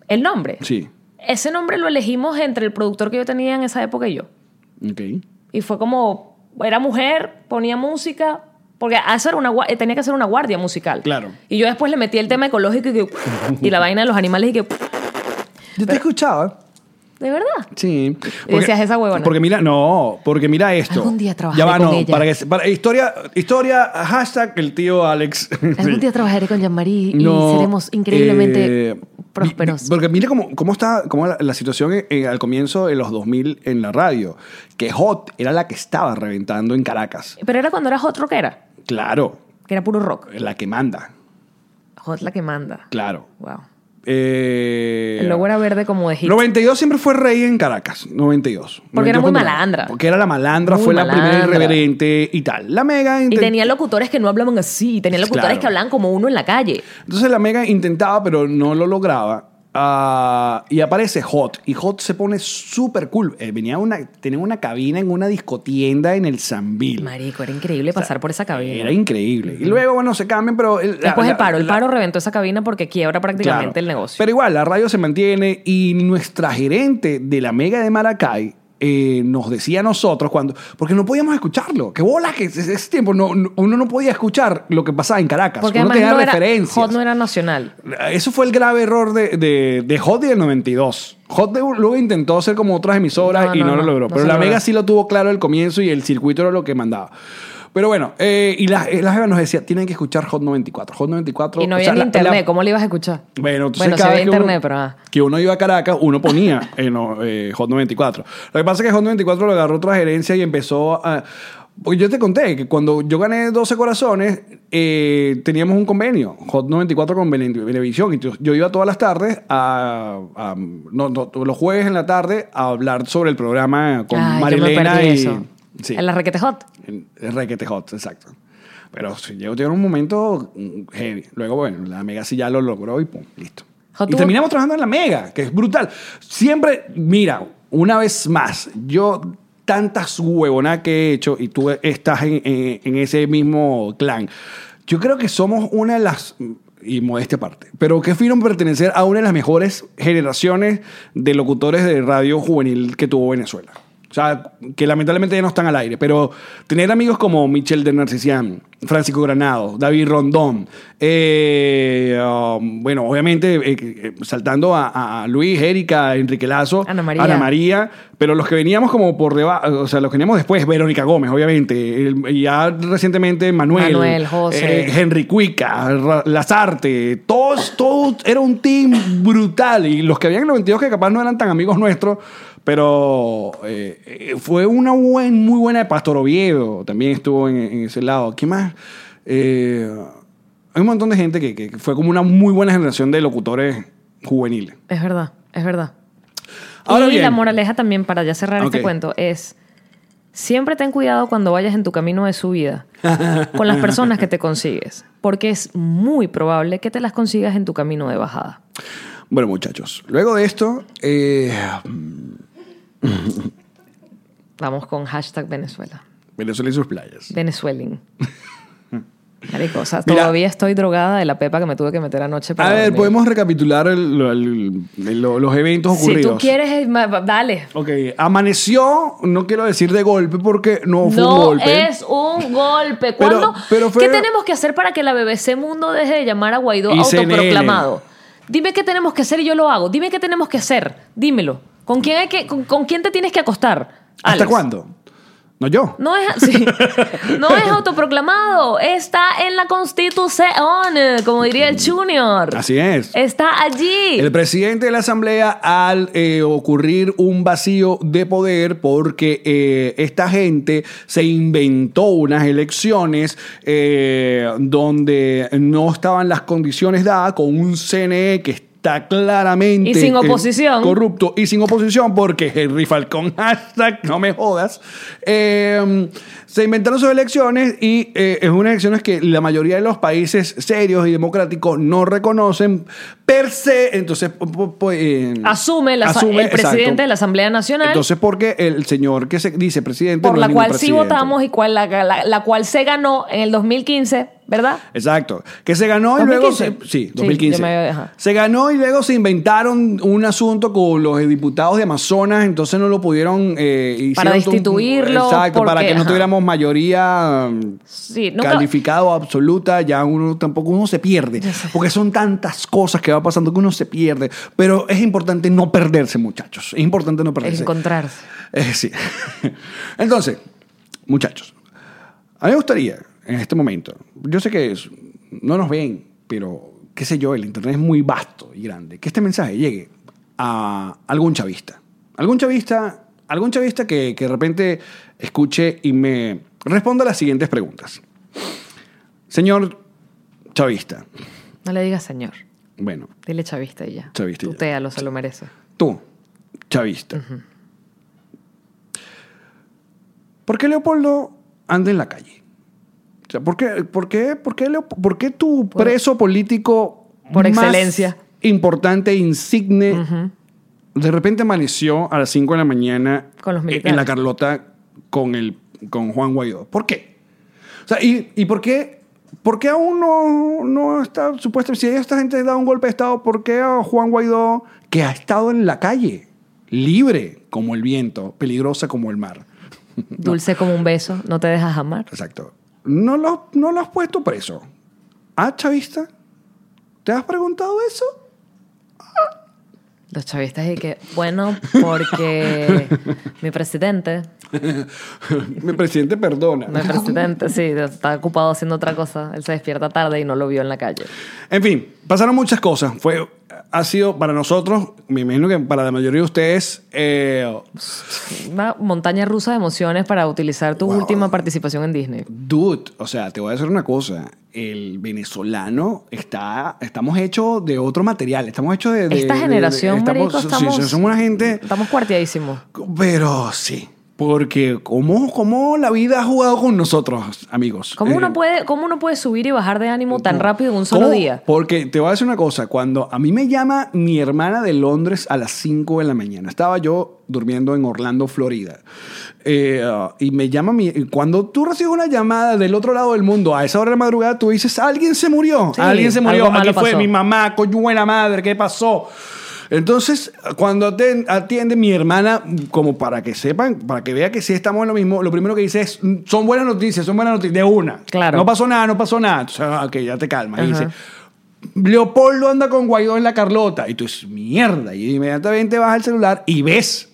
S2: El nombre.
S3: Sí.
S2: Ese nombre lo elegimos entre el productor que yo tenía en esa época y yo.
S3: Ok.
S2: Y fue como, era mujer, ponía música, porque eso era una, gua- eh, tenía que hacer una guardia musical.
S3: Claro.
S2: Y yo después le metí el tema ecológico y, que, y la vaina de los animales y que,
S3: Yo te escuchaba.
S2: de verdad.
S3: Sí.
S2: decías, "Esa huevona".
S3: Porque mira, no, porque mira esto.
S2: Algún día trabajaré
S3: Ya va,
S2: con
S3: no,
S2: ella.
S3: Para que, se- para- historia, historia, hashtag el tío Alex.
S2: Algún
S3: [LAUGHS] Sí.
S2: día trabajaré con Jean-Marie y
S3: No,
S2: seremos increíblemente
S3: eh, mi-
S2: prósperos.
S3: mi- Porque mira cómo, cómo está cómo la, la situación en- en- al comienzo de los 2000 en la radio. Que Hot era la que estaba reventando en Caracas.
S2: Pero era cuando era hot rockera,
S3: Claro,
S2: que era puro rock.
S3: la que manda.
S2: Hot la que manda.
S3: Claro.
S2: Wow.
S3: Eh,
S2: El logo era verde como de hit.
S3: 92 siempre fue rey en Caracas, 92.
S2: Porque era muy
S3: 92 cuando-
S2: malandra.
S3: Porque era la malandra,
S2: Muy
S3: fue la primera
S2: malandra.
S3: irreverente y tal. La Mega
S2: Y
S3: inten-
S2: tenía locutores que no hablaban así, tenía locutores
S3: Claro.
S2: que hablaban como uno en la calle.
S3: Entonces la Mega intentaba, pero no lo lograba. Ah, y aparece Hot. Y Hot se pone súper cool. Eh, venía una, tenía una cabina en una discotienda en el Zambil.
S2: Marico, era increíble pasar por esa cabina.
S3: Era increíble. Y luego, bueno, se cambian, pero... el- la-
S2: Después
S3: la-
S2: pues, el paro. El
S3: la-
S2: paro reventó esa cabina porque quiebra prácticamente
S3: Claro.
S2: el negocio.
S3: Pero igual, la radio se mantiene y nuestra gerente de la Mega de Maracay eh, nos decía a nosotros cuando. Porque no podíamos escucharlo. Que bola, que ese ese tiempo no- no- uno no podía escuchar lo que pasaba en Caracas.
S2: porque
S3: uno
S2: además
S3: tenía
S2: no era,
S3: referencias.
S2: Hot no era nacional.
S3: Eso fue el grave error de, de, de Hot y del 92. Hot de- luego intentó hacer como otras emisoras
S2: No,
S3: y
S2: no,
S3: no, lo
S2: no,
S3: logró.
S2: no
S3: pero
S2: se
S3: la
S2: logró.
S3: Mega sí lo tuvo claro al comienzo y el circuito era lo que mandaba. Pero bueno, eh, y la, la jeva nos decía, tienen que escuchar Hot 94. Hot 94...
S2: Y no
S3: o
S2: había
S3: sea,
S2: ni
S3: la- la-
S2: internet. ¿Cómo le ibas a escuchar?
S3: bueno, entonces
S2: bueno sí
S3: cada
S2: había
S3: vez que
S2: internet,
S3: uno,
S2: pero... ah.
S3: que uno iba a Caracas, uno ponía [LAUGHS] en, eh, Hot 94. Lo que pasa es que Hot 94 lo agarró otra gerencia y empezó a... Porque yo te conté que cuando yo gané 12 corazones, eh, teníamos un convenio, Hot 94 con Bene- Venevisión. Y yo, yo iba todas las tardes, a, a- no, no, los jueves en la tarde, a hablar sobre el programa con
S2: Ay, yo me
S3: Marilena
S2: perdí
S3: y...
S2: eso.
S3: Sí.
S2: En la requete Hot.
S3: En- en Requete Hot, exacto. Pero sí, llegó tiene un momento mm, heavy. Luego, bueno, la Mega sí ya lo logró y pum, listo.
S2: Hot
S3: y
S2: tuvo-
S3: terminamos trabajando en la Mega, que es brutal. Siempre, mira, una vez más, yo tantas huevonas que he hecho y tú estás en, en- en ese mismo clan. Yo creo que somos una de las, y modestia aparte, pero qué fino pertenecer a una de las mejores generaciones de locutores de radio juvenil que tuvo Venezuela. O sea, que lamentablemente ya no están al aire, pero tener amigos como Michel de Narcisian, Francisco Granado, David Rondón, eh, um, bueno, obviamente eh, eh, saltando a, a Luis, Erika, Enrique Lazo,
S2: Ana María.
S3: María, pero los que veníamos como por debajo, o sea, los que veníamos después, Verónica Gómez, obviamente, el- y ya recientemente Manuel,
S2: Manuel, José.
S3: eh, Henry Cuica, Ra- Lazarte, todos, todos, era un team brutal. Y los que habían en 92 que capaz no eran tan amigos nuestros, pero eh, eh, fue una buen, muy buena de Pastor Oviedo, también estuvo en, en ese lado. ¿Qué más? Eh, hay un montón de gente que, que fue como una muy buena generación de locutores juveniles.
S2: Es verdad, es verdad.
S3: Ahora
S2: y
S3: bien.
S2: la moraleja también, para ya cerrar este
S3: Ok.
S2: cuento, es siempre ten cuidado cuando vayas en tu camino de
S3: [LAUGHS]
S2: subida con las personas que te consigues, porque es muy probable que te las consigas en tu camino de bajada.
S3: Bueno, muchachos, luego de esto, eh,
S2: Vamos con hashtag Venezuela.
S3: Venezuela y sus playas. [LAUGHS]
S2: Venezueling. Marico, o sea,
S3: Mira.
S2: todavía estoy drogada de la pepa que me tuve que meter anoche para
S3: A ver,
S2: dormir.
S3: podemos recapitular el- el- el- lo- los eventos
S2: Si
S3: ocurridos.
S2: tú quieres, eh, ma- va- dale.
S3: Ok, amaneció, no quiero decir de golpe porque no fue un
S2: No
S3: golpe.
S2: es un golpe.
S3: Pero-
S2: ¿Cuándo?
S3: pero fue-
S2: ¿Qué tenemos que hacer para que la BBC Mundo deje de llamar a Guaidó
S3: Y CNN.
S2: autoproclamado? Dime qué tenemos que hacer y yo lo hago. Dime qué tenemos que hacer. Dímelo. ¿Con quién, hay que, con, con quién te tienes que acostar?
S3: ¿Hasta
S2: Alex?
S3: cuándo? No yo.
S2: No es, [LAUGHS] sí. no es autoproclamado. Está en la Constitución, eh, como diría el Junior.
S3: Así es.
S2: Está allí.
S3: El presidente de la Asamblea, al eh, ocurrir un vacío de poder, porque eh, esta gente se inventó unas elecciones eh, donde no estaban las condiciones dadas, con un CNE que está claramente
S2: Y sin
S3: eh,
S2: oposición.
S3: corrupto y sin oposición porque Henry Falcón, [LAUGHS] hashtag, no me jodas, eh, se inventaron sus elecciones y eh, es unas elecciones que la mayoría de los países serios y democráticos no reconocen per se, entonces... po- po- eh,
S2: Asume, la-
S3: asume,
S2: el presidente
S3: exacto.
S2: de la Asamblea Nacional.
S3: Entonces, porque el señor que se dice presidente...
S2: por
S3: no
S2: la
S3: es ningún
S2: cual sí
S3: presidente.
S2: votamos y cual, la, la- la cual se ganó en el 2015, ¿verdad?
S3: Exacto. Que se ganó y luego... se-
S2: 2015.
S3: sí,
S2: Sí,
S3: 2015.
S2: yo me- ajá.
S3: se ganó y luego se inventaron un asunto con los diputados de Amazonas, entonces no lo pudieron... eh, hicieron
S2: Para
S3: un-
S2: destituirlo,
S3: exacto, para
S2: porque-
S3: que no
S2: ajá.
S3: tuviéramos mayoría mm,
S2: Sí, nunca-
S3: calificado absoluta, ya uno tampoco uno se pierde, porque son tantas cosas que va pasando que uno se pierde, pero es importante no perderse, muchachos. Es importante no perderse.
S2: Encontrarse.
S3: Eh, sí. [LAUGHS] Entonces, muchachos, a mí me gustaría, en este momento, yo sé que es- no nos ven, pero qué sé yo, el Internet es muy vasto y grande, que este mensaje llegue a algún chavista. Algún chavista, algún chavista que, que de repente escuche y me responda las siguientes preguntas. Señor chavista,
S2: No le digas señor.
S3: bueno,
S2: Dile chavista y ya.
S3: Chavista y ya.
S2: Tutéalo, se lo merece.
S3: Tú, chavista. ¿Por qué Leopoldo anda en la calle? O sea, ¿por qué, por qué- por qué Leop- por qué tu preso político
S2: por
S3: más
S2: excelencia.
S3: importante, e insigne, de repente amaneció a las 5 de la mañana eh,
S2: Con los
S3: en- en
S2: militares.
S3: la Carlota con, el, con Juan Guaidó? ¿Por qué? O sea, ¿y, y por qué? ¿Por qué aún no, no está supuesta? Si esta gente da un golpe de Estado, ¿por qué a Juan Guaidó, que ha estado en la calle, libre como el viento, peligrosa como el mar?
S2: Dulce como un beso, no te dejas amar.
S3: Exacto. ¿No lo, no lo has puesto preso? ¿Ah, chavista? ¿Te has preguntado eso? [LAUGHS]
S2: Los chavistas y que, bueno,
S3: [LAUGHS]
S2: porque mi presidente,
S3: Mi presidente perdona.
S2: mi presidente, sí, está ocupado haciendo otra cosa. Él se despierta tarde y no lo vio en la calle.
S3: En fin, pasaron muchas cosas. Fue, ha sido para nosotros, me imagino que para la mayoría de ustedes, eh,
S2: Una montaña rusa de emociones para utilizar tu última participación en Disney.
S3: Dude, o sea, te voy a decir una cosa. El venezolano está. Estamos hechos de otro material. Estamos hechos de. de-
S2: Esta
S3: de- de-
S2: generación, marico,
S3: sí,
S2: estamos-
S3: sí, somos una gente.
S2: Estamos cuarteadísimos.
S3: Pero sí. Porque, ¿cómo, cómo la vida ha jugado con nosotros, amigos?
S2: ¿Cómo
S3: Eh,
S2: uno, puede, ¿Cómo uno puede subir y bajar de ánimo tan rápido en un solo
S3: ¿Cómo?
S2: día?
S3: Porque te voy a decir una cosa. Cuando a mí me llama mi hermana de Londres a las 5 de la mañana, estaba yo durmiendo en Orlando, Florida. Eh, ah, y me llama mi. y Cuando tú recibes una llamada del otro lado del mundo a esa hora de la madrugada, tú dices: Alguien se murió.
S2: Sí,
S3: Alguien se murió.
S2: algo malo
S3: Aquí fue
S2: pasó".
S3: mi mamá, coño, buena madre, ¿qué pasó? Entonces, cuando aten- atiende mi hermana, como para que sepan, para que vea que sí estamos en lo mismo, lo primero que dice es, "Mm, son buenas noticias, son buenas noticias, de una.
S2: Claro.
S3: No pasó nada, no pasó nada. Entonces, ah, ok, ya te calmas. Y
S2: Ajá.
S3: dice, Leopoldo anda con Guaidó en la Carlota. Y tú dices, mierda. Y inmediatamente vas al celular y ves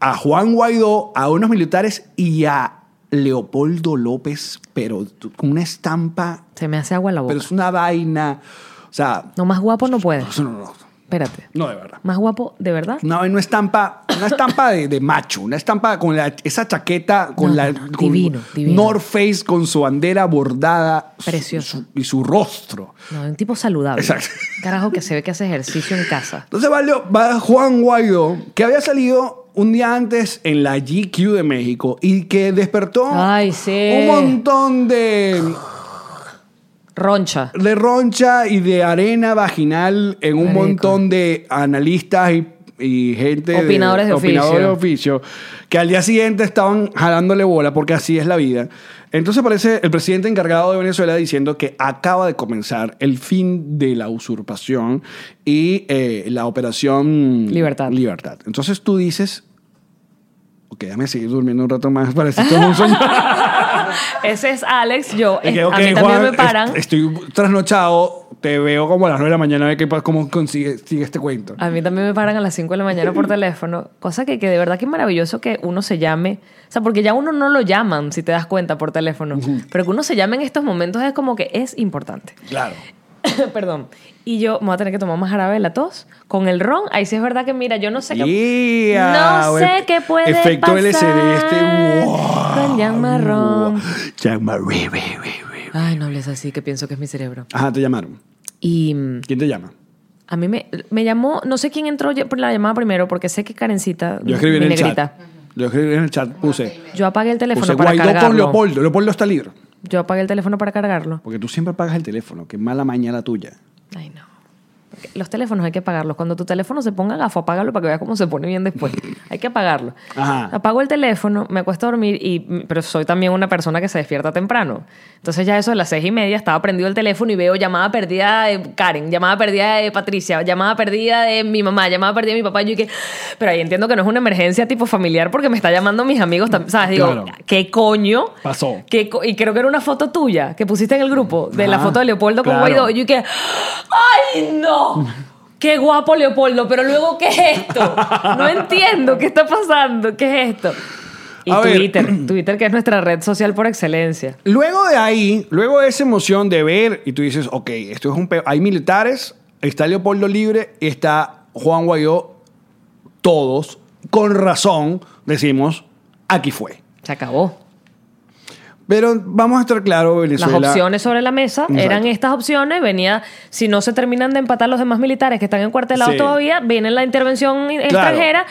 S3: a Juan Guaidó, a unos militares y a Leopoldo López, pero tú- con una estampa,
S2: Se me hace agua la boca.
S3: pero es una vaina. O sea,
S2: No, más guapo no puede.
S3: no, no, no,
S2: Espérate.
S3: no de verdad.
S2: Más guapo, ¿de verdad?
S3: Una, una estampa, una estampa de, de macho, una estampa con la- esa chaqueta, con
S2: No,
S3: la
S2: no, no,
S3: con
S2: divino, divino.
S3: North Face, con su bandera bordada. su-
S2: Precioso.
S3: su- y su rostro.
S2: No, es un tipo saludable.
S3: Exacto.
S2: Carajo que se ve que hace ejercicio en casa.
S3: Entonces va, Leo- va Juan Guaidó, que había salido un día antes en la GQ de México y que despertó
S2: Ay, sí.
S3: un montón de,
S2: Roncha.
S3: de roncha y de arena vaginal en un
S2: Marico.
S3: montón de analistas y, y gente
S2: Opinadores de
S3: opinadores de oficio que al día siguiente estaban jalándole bola porque así es la vida. Entonces aparece el presidente encargado de Venezuela diciendo que acaba de comenzar el fin de la usurpación y eh, la operación
S2: Libertad.
S3: Libertad. Entonces tú dices, ok, déjame seguir durmiendo un rato más para esto
S2: [LAUGHS]
S3: un sueño.
S2: Ese es Alex, yo.
S3: Y que,
S2: Es-
S3: ok,
S2: a mí
S3: Juan, este,
S2: también me paran.
S3: est- estoy trasnochado, te veo como a las 9 de la mañana, a ver qué pa- cómo consigue sigue este cuento.
S2: A mí también me paran a las 5 de la mañana
S3: [LAUGHS]
S2: por teléfono. Cosa que, que de verdad que es maravilloso que uno se llame. O sea, porque ya uno no lo llaman, si te das cuenta, por teléfono. Pero que uno se llame en estos momentos es como que es importante. [COUGHS]
S3: Claro.
S2: Perdón. Y yo me voy a tener que tomar más jarabe de la tos con el ron. Ahí sí es verdad que, mira, yo no sé qué.
S3: Yeah,
S2: no
S3: el
S2: sé qué puede
S3: ah, efecto
S2: pasar.
S3: LCD este, wow.
S2: Con Jean Marrón.
S3: Jack Marie, we, we, we.
S2: Ay, no hables así, que pienso que es mi cerebro.
S3: Ajá, te llamaron.
S2: Y mm,
S3: ¿Quién te llama?
S2: A mí me, me llamó, no sé quién entró ya por la llamada primero, porque sé que Karencita.
S3: Yo escribí en
S2: mi
S3: el
S2: negrita.
S3: chat. Yo escribí en el chat, Pues puse.
S2: Yo apagué el teléfono
S3: Puse
S2: para
S3: Guaidó con
S2: cargarlo.
S3: Leopoldo. Leopoldo está libre.
S2: Yo apagué el teléfono para cargarlo.
S3: Porque tú siempre apagas el teléfono. Qué mala maña la tuya.
S2: Ay, no. Porque Los teléfonos hay que apagarlos. Cuando tu teléfono se ponga gafo, apágalo para que veas cómo se pone bien
S3: [LAUGHS]
S2: después. Hay que apagarlo.
S3: Ajá.
S2: Apago el teléfono, me acuesto a dormir, y, pero soy también una persona que se despierta temprano. Entonces ya eso de las seis y media estaba prendido el teléfono y veo llamada perdida de Karen, llamada perdida de Patricia, llamada perdida de mi mamá, llamada perdida de mi papá. Y yo que, pero ahí entiendo que no es una emergencia tipo familiar porque me está llamando mis amigos. tam- ¿Sabes? Digo,
S3: Claro.
S2: ¿qué coño?
S3: Pasó.
S2: ¿Qué co- y creo que era una foto tuya que pusiste en el grupo de la
S3: Ajá,
S2: foto de Leopoldo con
S3: claro.
S2: Guaidó. Y yo que, ¡ay, no! ¡Qué guapo Leopoldo! Pero luego, ¿qué es esto? No entiendo qué está pasando. ¿Qué es esto? Y
S3: A ver.
S2: Twitter, Twitter que es nuestra red social por excelencia.
S3: Luego de ahí, luego de esa emoción de ver, y tú dices, ok, esto es un peo. Hay militares, está Leopoldo Libre, está Juan Guaidó, todos, con razón, decimos, aquí fue.
S2: Se acabó.
S3: Pero vamos a estar claros,
S2: Las
S3: Venezuela.
S2: opciones sobre la mesa
S3: Exacto.
S2: eran estas opciones. Venía, si no se terminan de empatar los demás militares que están encuartelados
S3: Sí.
S2: todavía, viene la intervención extranjera.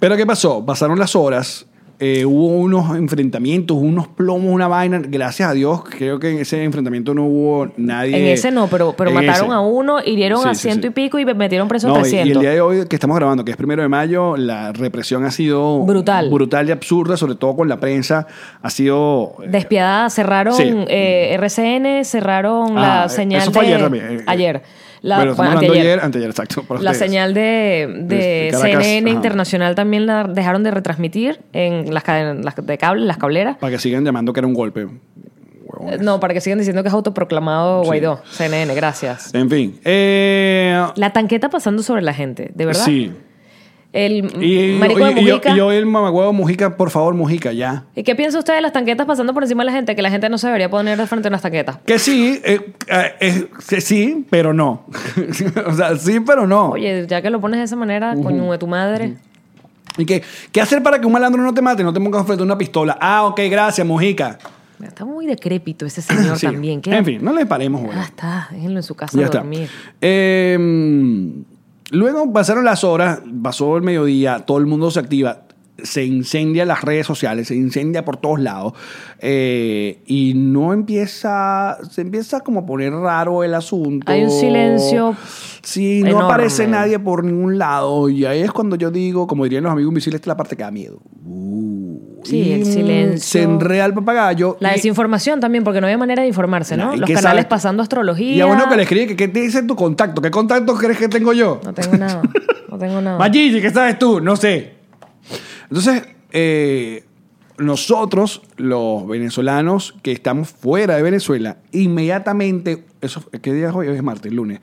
S3: Pero ¿qué pasó? Pasaron las horas, eh, hubo unos enfrentamientos, unos plomos, una vaina. Gracias a Dios, creo que en ese enfrentamiento no hubo nadie.
S2: En ese no, pero, pero
S3: en
S2: mataron
S3: ese.
S2: a uno, hirieron
S3: Sí,
S2: a
S3: sí,
S2: ciento
S3: sí.
S2: y pico y metieron preso a
S3: No, y-
S2: 300.
S3: Y, el día de hoy que estamos grabando, que es primero de mayo, la represión ha sido
S2: Brutal.
S3: brutal y absurda, sobre todo con la prensa. Ha sido eh,
S2: Despiadada, cerraron
S3: Sí.
S2: eh, RCN, cerraron
S3: Ah,
S2: la señal
S3: eso fue
S2: de-
S3: ayer también. Eh,
S2: Ayer. La,
S3: bueno, estamos
S2: bueno,
S3: hablando
S2: anteayer.
S3: ayer, anteayer, exacto. para
S2: La
S3: ustedes.
S2: señal de, de
S3: De Caracas,
S2: CNN
S3: ajá.
S2: Internacional también la dejaron de retransmitir en las cadenas las de cable, las cableras.
S3: Para que sigan llamando que era un golpe.
S2: Eh,
S3: Huevones.
S2: No, para que sigan diciendo que es autoproclamado
S3: Sí.
S2: Guaidó. CNN, gracias.
S3: En fin. eh,
S2: La tanqueta pasando sobre la gente, de verdad.
S3: Sí.
S2: El
S3: Y, y-
S2: marico de
S3: y- y-
S2: Mujica.
S3: y hoy el mamagüevo Mujica, por favor, Mujica, ya.
S2: ¿Y qué piensa usted de las tanquetas pasando por encima de la gente? Que la gente no se debería poner de frente a unas tanquetas.
S3: Que sí, eh, eh, eh, que sí, pero no. [LAUGHS] o sea, sí, pero no.
S2: Oye, ya que lo pones de esa manera, coño de tu madre.
S3: ¿Y qué, qué hacer para que un malandro no te mate? No te pongas frente a una pistola. Ah, ok, gracias, Mujica.
S2: Está muy decrépito
S3: [COUGHS]
S2: ese señor
S3: [LAUGHS] Sí.
S2: también. ¿Qué?
S3: En fin, no le paremos, güey.
S2: Ya está, déjenlo en su casa a
S3: Ya está.
S2: dormir.
S3: Eh, luego pasaron las horas, pasó el mediodía, todo el mundo se activa, se incendia las redes sociales, se incendia por todos lados eh, y no empieza, se empieza como a poner raro el asunto.
S2: Hay un silencio
S3: Sí, no
S2: enorme.
S3: aparece nadie por ningún lado y ahí es cuando yo digo, como dirían los amigos invisibles, esta es la parte que da miedo. Uh,
S2: Sí,
S3: y,
S2: el
S3: mm,
S2: silencio.
S3: Se enrea el papagayo.
S2: La
S3: y-
S2: desinformación también, porque no había manera de informarse, ¿no?
S3: ¿Y
S2: Los
S3: qué
S2: canales
S3: sabes?
S2: pasando astrología.
S3: Y a uno que le escribe que qué te dice tu contacto. ¿Qué contacto crees que tengo yo?
S2: No tengo nada. No
S3: [LAUGHS]
S2: tengo nada.
S3: Magigi, ¿qué sabes tú? No sé. Entonces, eh, nosotros, los venezolanos que estamos fuera de Venezuela, inmediatamente, eso, ¿qué día es hoy? Hoy es martes, lunes,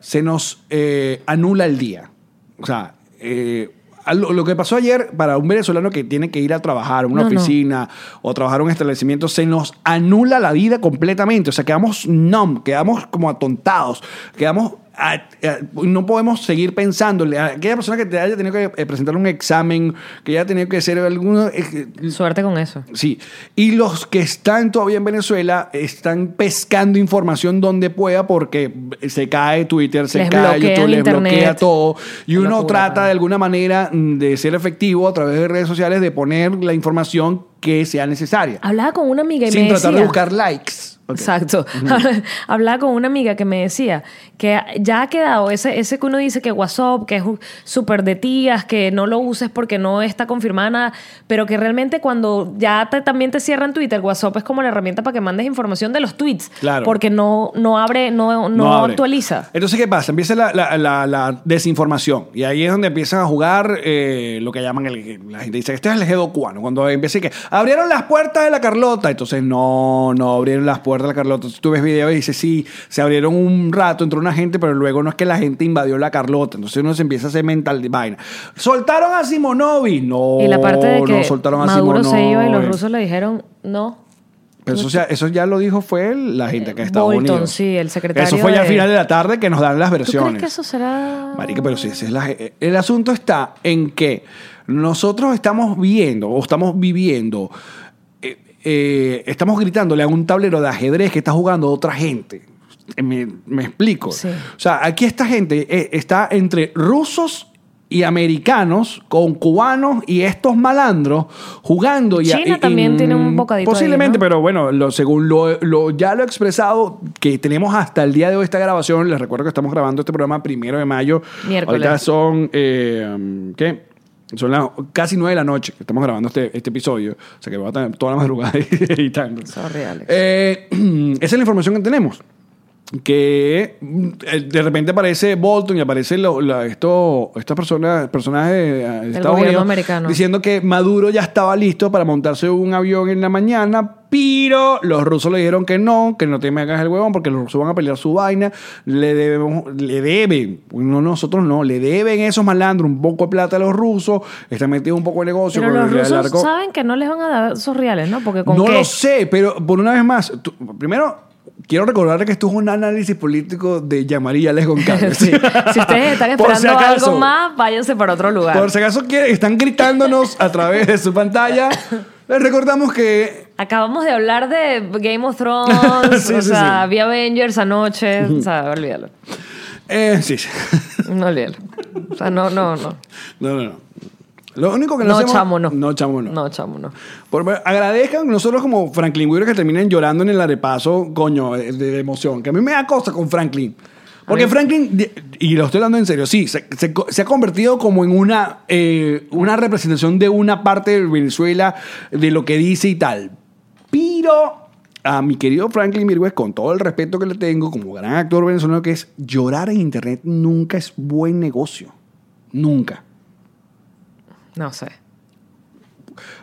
S3: se nos eh, anula el día. O sea, eh, a lo, lo que pasó ayer para un venezolano que tiene que ir a trabajar a una
S2: No, no.
S3: oficina o trabajar a un establecimiento, se nos anula la vida completamente. O sea, quedamos numb, quedamos como atontados, quedamos... a- a- no podemos seguir pensando. Aquella persona que te haya tenido que eh, presentar un examen, que haya tenido que hacer alguna... eh,
S2: Suerte con eso.
S3: Sí, y los que están todavía en Venezuela están pescando información donde pueda porque se cae Twitter, se
S2: Les
S3: cae
S2: bloquean
S3: YouTube, les
S2: Internet.
S3: bloquea todo. Y
S2: Qué
S3: uno
S2: locura,
S3: trata
S2: pana.
S3: de alguna manera mm, de ser efectivo a través de redes sociales, de poner la información que sea necesaria,
S2: Hablaba con una amiga y
S3: sin
S2: Ah, me
S3: tratar de
S2: decía-
S3: buscar likes. Ok.
S2: Exacto. [LAUGHS] Hablaba con una amiga que me decía que ya ha quedado ese, ese que uno dice que WhatsApp, que es un- súper de tías, que no lo uses porque no está confirmada nada, pero que realmente cuando ya te- también te cierran Twitter, WhatsApp es como la herramienta para que mandes información de los tweets.
S3: Claro.
S2: Porque no, no abre, no, no,
S3: abre.
S2: actualiza.
S3: Entonces, ¿qué pasa? Empieza la, la- la- la desinformación. Y ahí es donde empiezan a jugar eh, lo que llaman, el, la gente dice, este es el eje cubano. Cuando empieza y que abrieron las puertas de la Carlota. Entonces, no, no abrieron las puertas de la Carlota. Entonces, tú ves videos y dices, sí, se abrieron un rato, entró una gente, pero luego no es que la gente invadió la Carlota. Entonces, uno se empieza a hacer mental de vaina. Soltaron a Simonovic. No,
S2: y la parte de que
S3: no eh, soltaron a
S2: Maduro se iba y los
S3: Simonovic.
S2: rusos le dijeron no.
S3: Pero eso, ya, Pues, eso ya lo dijo fue el- la gente que estaba
S2: Bolton,
S3: Unidos.
S2: sí, el secretario
S3: Eso fue ya a
S2: de-
S3: final de la tarde que nos dan las
S2: ¿Tú
S3: versiones.
S2: crees que eso será...?
S3: Marica, pero si esa es la, eh, el asunto está en que nosotros estamos viendo o estamos viviendo, eh, eh, estamos gritándole a un tablero de ajedrez que está jugando otra gente. Me, me explico.
S2: Sí.
S3: O sea, aquí esta gente eh, está entre rusos y americanos con cubanos y estos malandros jugando. Y,
S2: China
S3: y-
S2: también
S3: y-
S2: tiene un bocadito ahí,
S3: Posiblemente,
S2: ¿no?
S3: pero bueno, lo, según lo, lo- ya lo he expresado, que tenemos hasta el día de hoy esta grabación, les recuerdo que estamos grabando este programa primero de mayo.
S2: Miércoles.
S3: Ahorita son, eh, ¿qué? Son las casi nueve de la noche que estamos grabando este, este episodio. O sea que voy a tener toda la madrugada [LAUGHS] editando.
S2: Sorry, Alex.
S3: Eh, [CLEARS THROAT] esa es la información que tenemos. Que mm, eh, de repente aparece Bolton y aparece lo- la- esto, esta persona, personaje de eh, de Estados
S2: gobierno
S3: Unidos
S2: americano.
S3: diciendo que Maduro ya estaba listo para montarse un avión en la mañana, pero los rusos le dijeron que no, que no te me hagas el huevón porque los rusos van a pelear su vaina. Le debemos, le deben, no nosotros no, le deben esos malandros un poco de plata a los rusos, están metidos un poco de negocio.
S2: Pero
S3: con
S2: los
S3: el
S2: rusos
S3: largo.
S2: saben que no les van a dar esos reales, ¿no? Porque con
S3: No
S2: qué?
S3: lo sé, pero por una vez más, tú- primero quiero recordar que esto es un análisis político de Yamari y Alex Goncalves.
S2: [LAUGHS] Sí. Si ustedes están
S3: [LAUGHS] Por
S2: esperando
S3: si acaso.
S2: algo más, váyanse para otro lugar.
S3: Por si acaso que están gritándonos a través de
S2: [LAUGHS]
S3: su pantalla, les recordamos que
S2: Acabamos de hablar de Game
S3: [LAUGHS]
S2: of Thrones,
S3: Sí,
S2: o
S3: sí,
S2: sea,
S3: sí.
S2: vi Avengers anoche, o sea, olvídalo.
S3: eh, sí, [LAUGHS] sí.
S2: No olvídalo. O sea, no, no, no.
S3: no, no, no. Lo único que no,
S2: No,
S3: hacemos-
S2: chamo, no.
S3: No, chamo, no.
S2: No, chamo, no.
S3: Por- agradezcan nosotros como Franklin Weaver que terminan llorando en el arepazo, coño, eh, de, de emoción. Que a mí me da cosa con Franklin. Porque Franklin, di- y lo estoy hablando en serio, sí, se, se co- se ha convertido como en una, eh, una representación de una parte de Venezuela, de lo que dice y tal. Pero a mi querido Franklin Mirwes, con todo el respeto que le tengo como gran actor venezolano que es, llorar en Internet nunca es buen negocio. Nunca.
S2: No sé.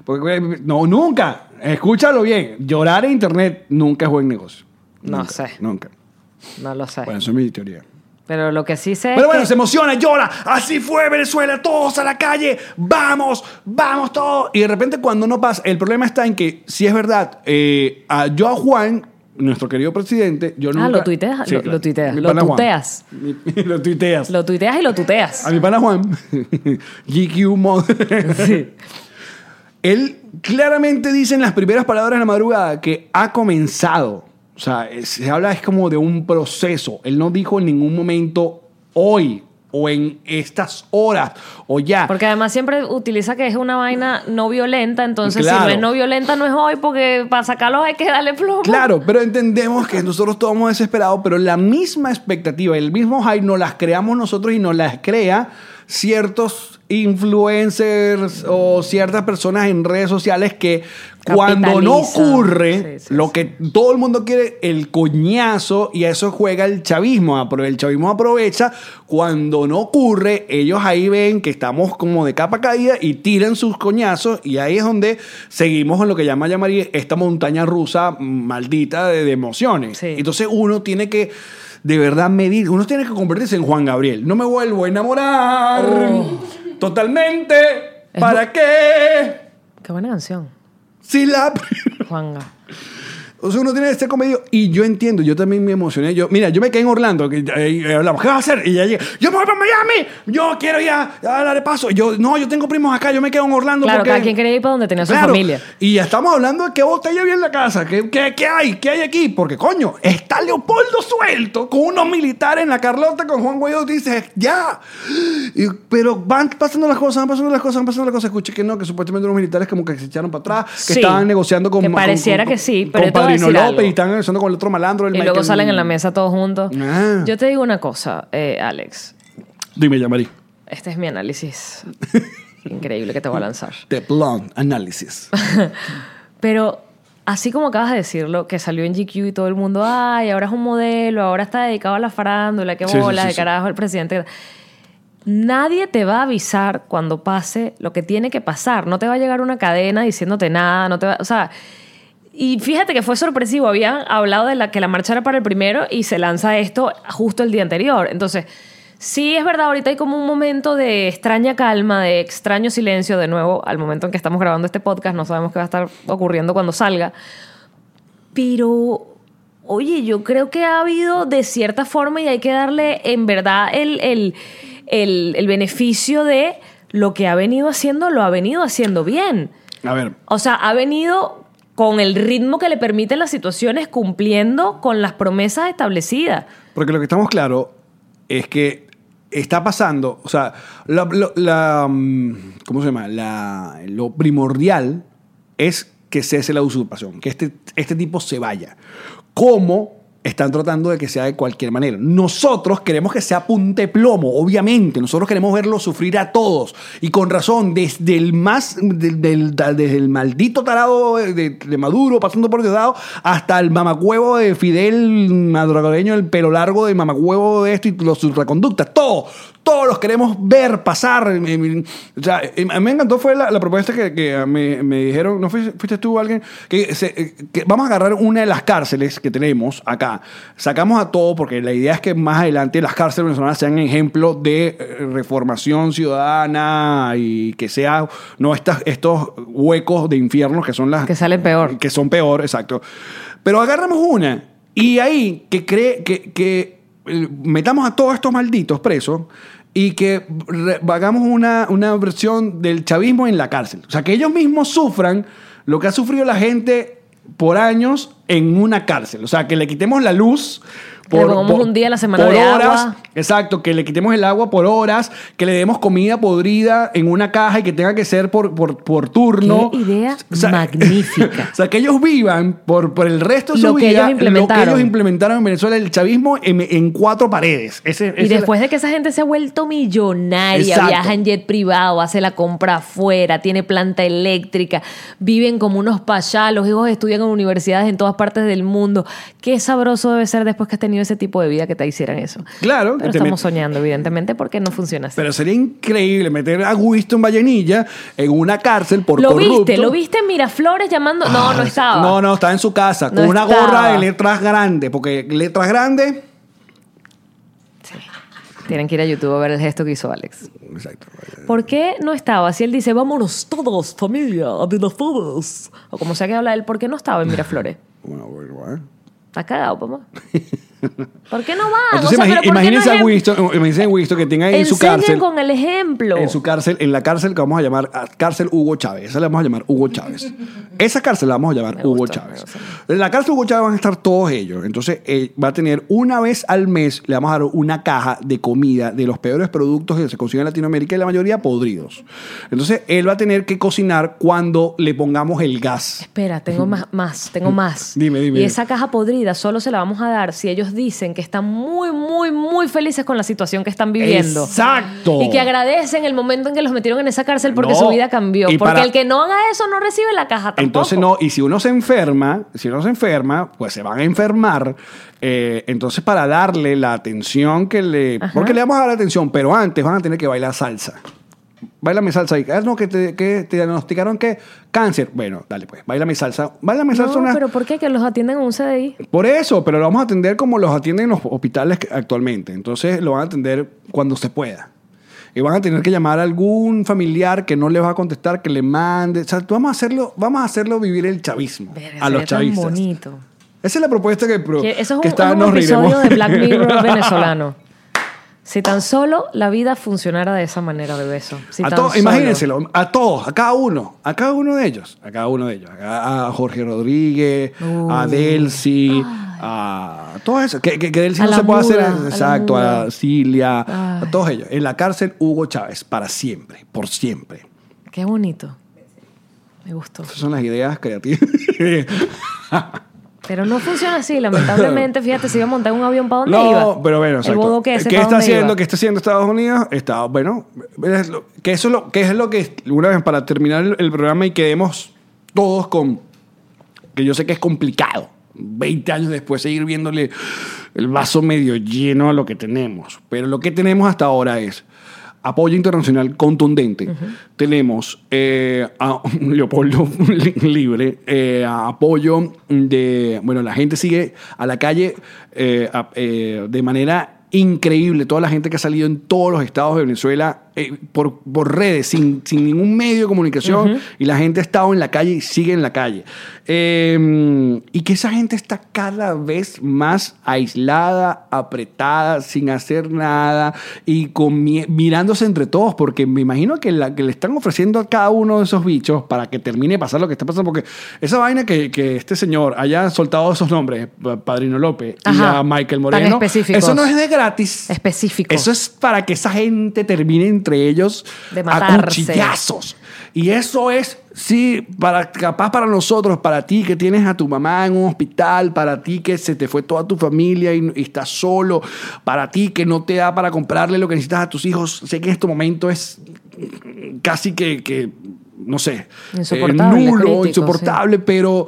S3: Porque, eh, no, nunca. Escúchalo bien. Llorar en internet nunca es buen negocio.
S2: No
S3: Nunca,
S2: sé.
S3: Nunca.
S2: No lo sé.
S3: Bueno, eso es mi teoría.
S2: Pero lo que sí sé
S3: Pero
S2: es
S3: bueno,
S2: que-
S3: se emociona, llora. Así fue Venezuela, todos a la calle. Vamos, vamos todos. Y de repente cuando no pasa, el problema está en que, si es verdad, eh, a, yo a Juan, nuestro querido presidente, yo nunca...
S2: Ah, lo tuiteas, lo- lo tuiteas,
S3: Mi
S2: lo
S3: pana Juan.
S2: tuteas.
S3: Mi- [LAUGHS] lo tuiteas.
S2: lo tuiteas y lo tuteas. [LAUGHS]
S3: A mi pana Juan, [LAUGHS] GQ Mod. Él claramente dice en las primeras palabras de la madrugada que ha comenzado. O sea, es- se habla es como de un proceso. Él no dijo en ningún momento hoy o en estas horas o ya.
S2: Porque además siempre utiliza que es una vaina no violenta, entonces si
S3: Claro.
S2: no es no violenta no es hoy, porque para sacarlos hay que darle plomo.
S3: Claro, pero entendemos que nosotros todos hemos desesperado, pero la misma expectativa, el mismo hype, nos las creamos nosotros y nos las crea ciertos influencers o ciertas personas en redes sociales que cuando no
S2: Capitaliza.
S3: ocurre
S2: Sí, sí,
S3: lo
S2: sí.
S3: que todo el mundo quiere, el coñazo, y a eso juega el chavismo. Apro- El chavismo aprovecha cuando no ocurre, ellos ahí ven que estamos como de capa caída y tiran sus coñazos, y ahí es donde seguimos con lo que llama Yamari esta montaña rusa maldita de, de emociones.
S2: Sí.
S3: Entonces uno tiene que. De verdad, medir. Uno tiene que convertirse en Juan Gabriel. No me vuelvo a enamorar. Totalmente.
S2: Oh. Es
S3: ¿Para qué?
S2: Qué buena canción,
S3: Si la. [LAUGHS]
S2: Juanga.
S3: O sea, uno tiene este comedio y yo entiendo, yo también me emocioné. Yo, mira, yo me quedé en Orlando, que eh, eh, hablamos, ¿qué vas a hacer? Y ya llegué, yo me voy para Miami, yo quiero ir a, a dar de paso. Yo, no, yo tengo primos acá, yo me quedo en Orlando.
S2: Claro,
S3: porque...
S2: cada quien quería ir para donde tenía su
S3: Claro.
S2: familia.
S3: Y ya estamos hablando de qué botella había en la casa, qué, qué- qué hay, qué hay aquí. Porque, coño, está Leopoldo suelto con unos militares en la Carlota con Juan Guaidó. Dices, ya. Y- pero van pasando las cosas, van pasando las cosas, van pasando las cosas. Escuché que no, que supuestamente unos militares como que se echaron para atrás, que
S2: Sí.
S3: estaban negociando con.
S2: Que
S3: con-
S2: pareciera
S3: con-
S2: que sí,
S3: con
S2: pero te voy a
S3: Padrino
S2: decir
S3: López
S2: algo.
S3: y estaban negociando con el otro malandro. El
S2: Y luego
S3: Michael-
S2: salen en la mesa todos juntos.
S3: Ah.
S2: Yo te digo una cosa, eh, Alex.
S3: Dime, Yamari.
S2: Este es mi
S3: [LAUGHS]
S2: análisis increíble que te voy a lanzar.
S3: The Blonde
S2: [LAUGHS]
S3: Analysis.
S2: Pero así como acabas de decirlo, que salió en GQ y todo el mundo, ay, ahora es un modelo, ahora está dedicado a la farándula, qué
S3: Sí, sí,
S2: bola,
S3: sí,
S2: de
S3: sí.
S2: carajo, el presidente. Nadie te va a avisar cuando pase lo que tiene que pasar. No te va a llegar una cadena diciéndote nada, no te va, o sea, y fíjate que fue sorpresivo. Habían hablado de la, que la marcha era para el primero y se lanza esto justo el día anterior. Entonces, sí es verdad, ahorita hay como un momento de extraña calma, de extraño silencio. De nuevo, al momento en que estamos grabando este podcast, no sabemos qué va a estar ocurriendo cuando salga. Pero, oye, yo creo que ha habido de cierta forma y hay que darle en verdad el, el- el- el beneficio de lo que ha venido haciendo, lo ha venido haciendo bien.
S3: A ver.
S2: O sea, ha venido con el ritmo que le permiten las situaciones, cumpliendo con las promesas establecidas.
S3: Porque lo que estamos claro es que está pasando, o sea, la, lo- la, mm, ¿cómo se llama? La- lo primordial es que cese la usurpación, que este, este tipo se vaya. ¿Cómo? Están tratando de que sea de cualquier manera. Nosotros queremos que sea punte plomo, obviamente. Nosotros queremos verlo sufrir a todos. Y con razón, desde el más, del- del- desde el maldito tarado de, de Maduro, pasando por Diosdado, hasta el mamacuevo de Fidel Madrogareño, el pelo largo de mamacuevo de esto y los ultraconductas. Todo, todos los queremos ver pasar. Eh, eh, O sea, eh, a mí me encantó fue la, la propuesta que, que me, me dijeron, ¿no fuiste, fuiste tú alguien? Que, se- eh, que vamos a agarrar una de las cárceles que tenemos acá. Sacamos a todo porque la idea es que más adelante las cárceles venezolanas sean ejemplo de eh, reformación ciudadana y que sea no estas, estos huecos de infiernos que son las...
S2: Que salen peor.
S3: Que son peor, exacto. Pero agarramos una y ahí que cree que, que eh, metamos a todos estos malditos presos y que re- hagamos una, una versión del chavismo en la cárcel. O sea, que ellos mismos sufran lo que ha sufrido la gente por años en una cárcel. O sea, que le quitemos la luz.
S2: le pongamos un día a la semana
S3: por
S2: de
S3: horas,
S2: agua.
S3: Exacto, que le quitemos el agua por horas, que le demos comida podrida en una caja y que tenga que ser por, por, por turno.
S2: Qué idea
S3: [LAUGHS]
S2: magnífica.
S3: o sea, que ellos vivan por, por el resto de
S2: Lo
S3: su
S2: que
S3: vida
S2: ellos implementaron.
S3: lo que ellos implementaron en Venezuela, el chavismo en, en cuatro paredes. Ese,
S2: Y
S3: ese-
S2: después de que esa gente se ha vuelto millonaria,
S3: Exacto.
S2: viaja en jet privado, hace la compra afuera, tiene planta eléctrica, viven como unos payá, los hijos estudian en universidades en todas partes del mundo. Qué sabroso debe ser después que has tenido ese tipo de vida que te hicieran eso.
S3: Claro,
S2: Pero
S3: que te
S2: estamos
S3: met-
S2: soñando, evidentemente, porque no funciona así.
S3: Pero sería increíble meter a Winston Vallenilla en una cárcel por
S2: lo
S3: corrupto. Ah,
S2: viste, lo viste en Miraflores llamando. no, no estaba.
S3: No, no, estaba en su casa,
S2: No
S3: con una
S2: estaba.
S3: gorra de letras grandes, porque letras grandes...
S2: Tienen que ir a YouTube a ver el gesto que hizo Alex.
S3: Exacto.
S2: ¿Por qué no estaba? Si él dice, vámonos todos, familia, vámonos todos. O como sea que habla él, ¿por qué no estaba en Miraflores?
S3: Bueno, bueno, bueno.
S2: Está cagado,
S3: [LAUGHS]
S2: papá. ¿Por qué no van?
S3: Entonces
S2: Ah, O sea,
S3: imagi-
S2: ¿pero por qué
S3: imagínense,
S2: no
S3: a
S2: ejem-
S3: Winston, imagínense a Winston que tenga en su
S2: Enseñen
S3: cárcel...
S2: con el ejemplo.
S3: En su cárcel, en la cárcel que vamos a llamar a- cárcel Hugo Chávez. Esa la vamos a llamar
S2: [LAUGHS]
S3: Hugo Chávez. Esa cárcel la vamos a llamar
S2: Me
S3: Hugo
S2: gustó,
S3: Chávez.
S2: me gustó.
S3: En la cárcel Hugo Chávez van a estar todos ellos. Entonces, eh, va a tener una vez al mes, le vamos a dar una caja de comida de los peores productos que se consiguen en Latinoamérica y la mayoría podridos. Entonces, él va a tener que cocinar cuando le pongamos el gas.
S2: Espera, tengo más, más,
S3: [LAUGHS]
S2: tengo más.
S3: Dime, dime.
S2: Y esa caja podrida solo se la vamos a dar si ellos dicen que están muy, muy, muy felices con la situación que están viviendo.
S3: ¡Exacto!
S2: Y que agradecen el momento en que los metieron en esa cárcel porque
S3: No.
S2: su vida cambió.
S3: Y
S2: Porque
S3: para-
S2: el que no haga eso no recibe la caja tampoco.
S3: Entonces no, y si uno se enferma, si uno se enferma, pues se van a enfermar. Eh, entonces para darle la atención que le... Porque le vamos a dar atención, pero antes van a tener que bailar salsa. Bailame salsa ahí. Ah, no, que te, que te diagnosticaron que cáncer. Bueno, dale pues, bailame salsa. Bailame salsa
S2: No,
S3: una...
S2: pero ¿por qué? Que los atienden en un CDI.
S3: Por eso, pero lo vamos a atender como los atienden en los hospitales que- actualmente. Entonces lo van a atender cuando se pueda. Y van a tener que llamar a algún familiar que no les va a contestar, que le mande. O sea, tú vamos a hacerlo, vamos a hacerlo vivir el chavismo
S2: Verga,
S3: a
S2: sería
S3: los
S2: tan
S3: chavistas.
S2: bonito.
S3: Esa es la propuesta que, pro-
S2: Que eso es un,
S3: que está,
S2: es un
S3: nos
S2: episodio
S3: reiremos.
S2: de Black
S3: [LAUGHS]
S2: Mirror venezolano. Si tan solo la vida funcionara de esa manera, de beso. Si
S3: a
S2: tan
S3: todos,
S2: solo.
S3: imagínenselo, a todos, a cada uno, a cada uno de ellos, a cada uno de ellos, a, a Jorge Rodríguez, a Delcy, a todos esos, que, que, que Delcy
S2: A
S3: no
S2: la
S3: se puede hacer,
S2: muda, a la
S3: exacto, a,
S2: muda.
S3: Cilia,
S2: Ay.
S3: a todos ellos, en la cárcel Hugo Chávez, para siempre, por siempre.
S2: Qué bonito. Me gustó.
S3: Esas son las ideas [LAUGHS] creativas.
S2: Pero no funciona así,
S3: [LAUGHS]
S2: lamentablemente. Fíjate, si iba a montar un avión, ¿para dónde
S3: no,
S2: iba?
S3: pero bueno,
S2: El
S3: exacto.
S2: bodo que ese,
S3: ¿Qué
S2: ¿pa'
S3: está
S2: dónde
S3: haciendo?
S2: iba?
S3: ¿Qué está haciendo Estados Unidos? Está, bueno, es lo- que eso es lo que es lo que una vez para terminar el, el programa y quedemos todos con que yo sé que es complicado. 20 años después seguir viéndole el vaso medio lleno a lo que tenemos, pero lo que tenemos hasta ahora es apoyo internacional contundente. Tenemos eh, a Leopoldo [LAUGHS] li- libre, eh, a apoyo de, bueno, la gente sigue a la calle eh, a- eh, de manera increíble, toda la gente que ha salido en todos los estados de Venezuela eh, por, por redes, sin, sin ningún medio de comunicación, y la gente ha estado en la calle y sigue en la calle. Eh, y que esa gente está cada vez más aislada, apretada, sin hacer nada y con mi- mirándose entre todos, porque me imagino que, la, que le están ofreciendo a cada uno de esos bichos para que termine de pasar lo que está pasando, porque esa vaina que, que este señor haya soltado esos nombres, pa- Padrino López y
S2: Ajá.
S3: a Michael
S2: Tan
S3: Moreno,
S2: específicos.
S3: eso no es de gratis.
S2: Específico.
S3: Eso es para que esa gente termine entre ellos
S2: De
S3: a
S2: matarse.
S3: cuchillazos. Y eso es, sí, para, capaz para nosotros, para ti que tienes a tu mamá en un hospital, para ti que se te fue toda tu familia y, y estás solo, para ti que no te da para comprarle lo que necesitas a tus hijos. Sé que en este momento es casi que, que, no sé, eh,
S2: Insoportable,
S3: nulo,
S2: crítico,
S3: insoportable, pero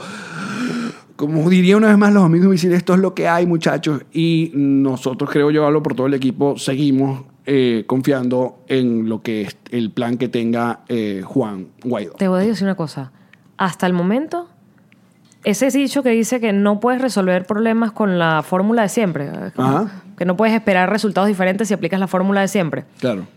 S3: como diría una vez más los amigos de Misil, esto es lo que hay, muchachos. Y nosotros, creo yo, hablo por todo el equipo, seguimos eh, confiando en lo que es el plan que tenga eh, Juan Guaidó.
S2: Te voy a decir una cosa. Hasta el momento, ese dicho que dice que no puedes resolver problemas con la fórmula de siempre. eh,
S3: Ajá.
S2: Que no puedes esperar resultados diferentes si aplicas la fórmula de siempre.
S3: Claro.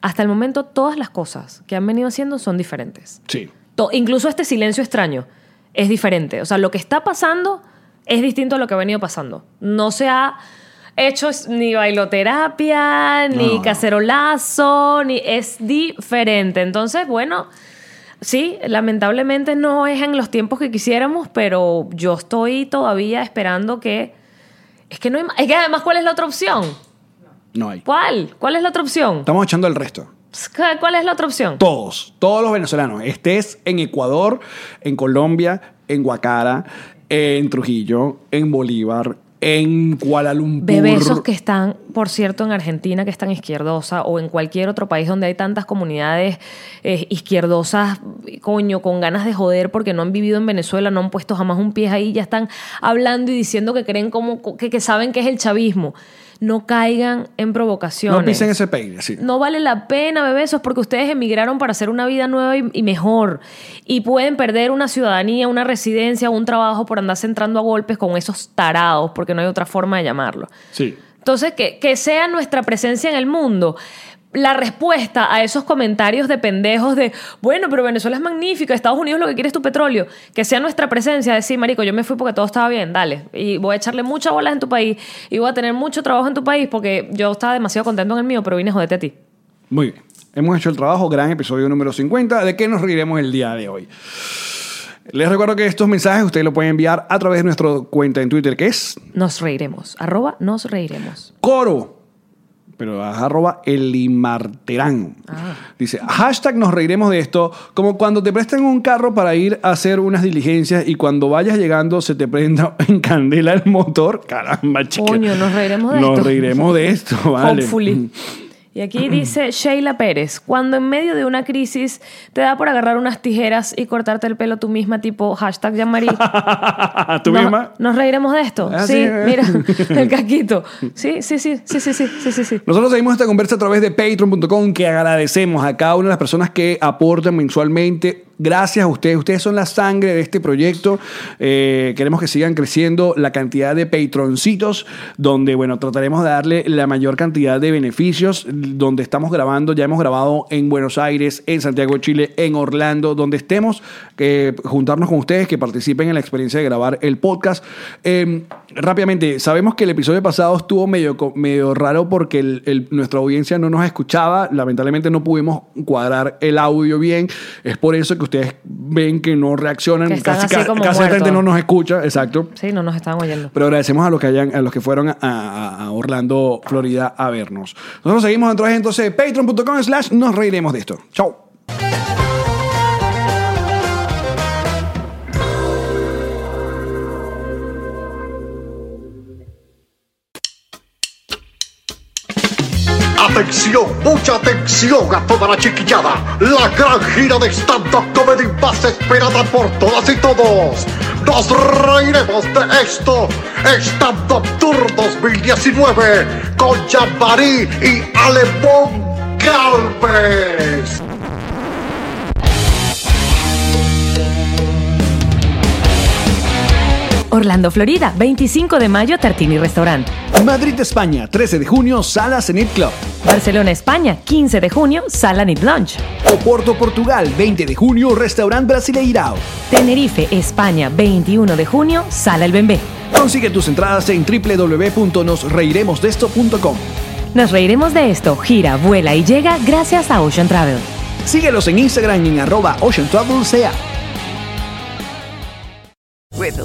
S2: Hasta el momento, todas las cosas que han venido haciendo son diferentes.
S3: Sí.
S2: To- incluso este silencio extraño es diferente. O sea, lo que está pasando es distinto a lo que ha venido pasando. No se ha hecho s- ni bailoterapia, ni
S3: No.
S2: cacerolazo, ni es diferente. Entonces, bueno, sí, lamentablemente no es en los tiempos que quisiéramos, pero yo estoy todavía esperando que es que no hay ma- es que además cuál es la otra opción?
S3: No hay.
S2: ¿Cuál? ¿Cuál es la otra opción?
S3: Estamos echando el resto.
S2: Pss, ¿Cuál es la otra opción?
S3: Todos, todos los venezolanos, estés en Ecuador, en Colombia, en Guacara, en Trujillo, en Bolívar, en Kuala Lumpur.
S2: Bebesos que están, por cierto, en Argentina, que están izquierdosa, o en cualquier otro país donde hay tantas comunidades eh, izquierdosas, coño, con ganas de joder porque no han vivido en Venezuela, no han puesto jamás un pie ahí, ya están hablando y diciendo que creen como, que, que saben que es el chavismo. No caigan en provocaciones.
S3: No pisen ese peine, sí.
S2: No vale la pena, bebesos, porque ustedes emigraron para hacer una vida nueva y, y mejor. Y pueden perder una ciudadanía, una residencia, un trabajo por andarse entrando a golpes con esos tarados, porque no hay otra forma de llamarlo.
S3: Sí.
S2: Entonces, que, que sea nuestra presencia en el mundo. La respuesta a esos comentarios de pendejos de, bueno, pero Venezuela es magnífica, Estados Unidos lo que quiere es tu petróleo, que sea nuestra presencia, decir, marico, yo me fui porque todo estaba bien, dale, y voy a echarle muchas bolas en tu país, y voy a tener mucho trabajo en tu país, porque yo estaba demasiado contento en el mío, pero vine a joderte a ti.
S3: Muy bien. Hemos hecho el trabajo, gran episodio número 50. ¿De qué nos reiremos el día de hoy? Les recuerdo que estos mensajes ustedes los pueden enviar a través de nuestra cuenta en Twitter, que es
S2: Nos reiremos, arroba, nos reiremos.
S3: coro. Pero es arroba elimarterán.
S2: Ah.
S3: Dice, hashtag nos reiremos de esto, como cuando te prestan un carro para ir a hacer unas diligencias y cuando vayas llegando se te prenda [LAUGHS] en candela el motor. Caramba, chica.
S2: Coño, nos reiremos de
S3: nos
S2: esto.
S3: Nos reiremos de esto, vale. [CLEARS THROAT]
S2: Hopefully. Y aquí dice Sheila Pérez, cuando en medio de una crisis te da por agarrar unas tijeras y cortarte el pelo tú misma, tipo hashtag Jean-Marie,
S3: Ah, ¿Tú
S2: nos,
S3: misma?
S2: nos reiremos de esto.
S3: Ah,
S2: sí,
S3: sí.
S2: [LAUGHS]
S3: [LAUGHS]
S2: mira, el caquito. Sí, sí, sí, sí, sí, sí, sí, sí, sí.
S3: Nosotros seguimos esta conversa a través de patreon.com, que agradecemos a cada una de las personas que aportan mensualmente. Gracias a ustedes. Ustedes son la sangre de este proyecto. Eh, queremos que sigan creciendo la cantidad de patroncitos, donde, bueno, trataremos de darle la mayor cantidad de beneficios, donde estamos grabando. Ya hemos grabado en Buenos Aires, en Santiago de Chile, en Orlando, donde estemos, que juntarnos con ustedes, que participen en la experiencia de grabar el podcast. Eh, rápidamente, sabemos que el episodio pasado estuvo medio, co- medio raro porque el- el- nuestra audiencia no nos escuchaba. Lamentablemente no pudimos cuadrar el audio bien. Es por eso que ustedes ven que no reaccionan.
S2: Que están
S3: casi
S2: así
S3: ca-
S2: como
S3: casi la gente
S2: muertos.
S3: no nos escucha, exacto.
S2: Sí, no nos estaban oyendo.
S3: Pero agradecemos a los que hayan, a los que fueron a, a- a Orlando, Florida, a vernos. Nosotros seguimos a través entonces de patreon.com slash nos reiremos de esto. Chao.
S1: Atención, mucha atención a toda la chiquillada. La gran gira de stand-up comedy más esperada por todas y todos. Nos reiremos de esto. Stand Up Tour 2019 con Jean-Marie y Alemón Galvez.
S2: Orlando, Florida, 25 de mayo, Tartini Restaurant.
S3: Madrid, España, 13 de junio, Sala Cenit Club.
S2: Barcelona, España, 15 de junio, Sala Need Lunch.
S3: Oporto, Portugal, 20 de junio, Restaurant Brasileirao.
S2: Tenerife, España, 21 de junio, Sala El Bembé.
S3: Consigue tus entradas en www.nosreiremosdeesto.com.
S2: Nos reiremos de esto. Gira, vuela y llega gracias a Ocean Travel.
S3: Síguelos en Instagram en arroba Ocean Travel CA.
S6: With the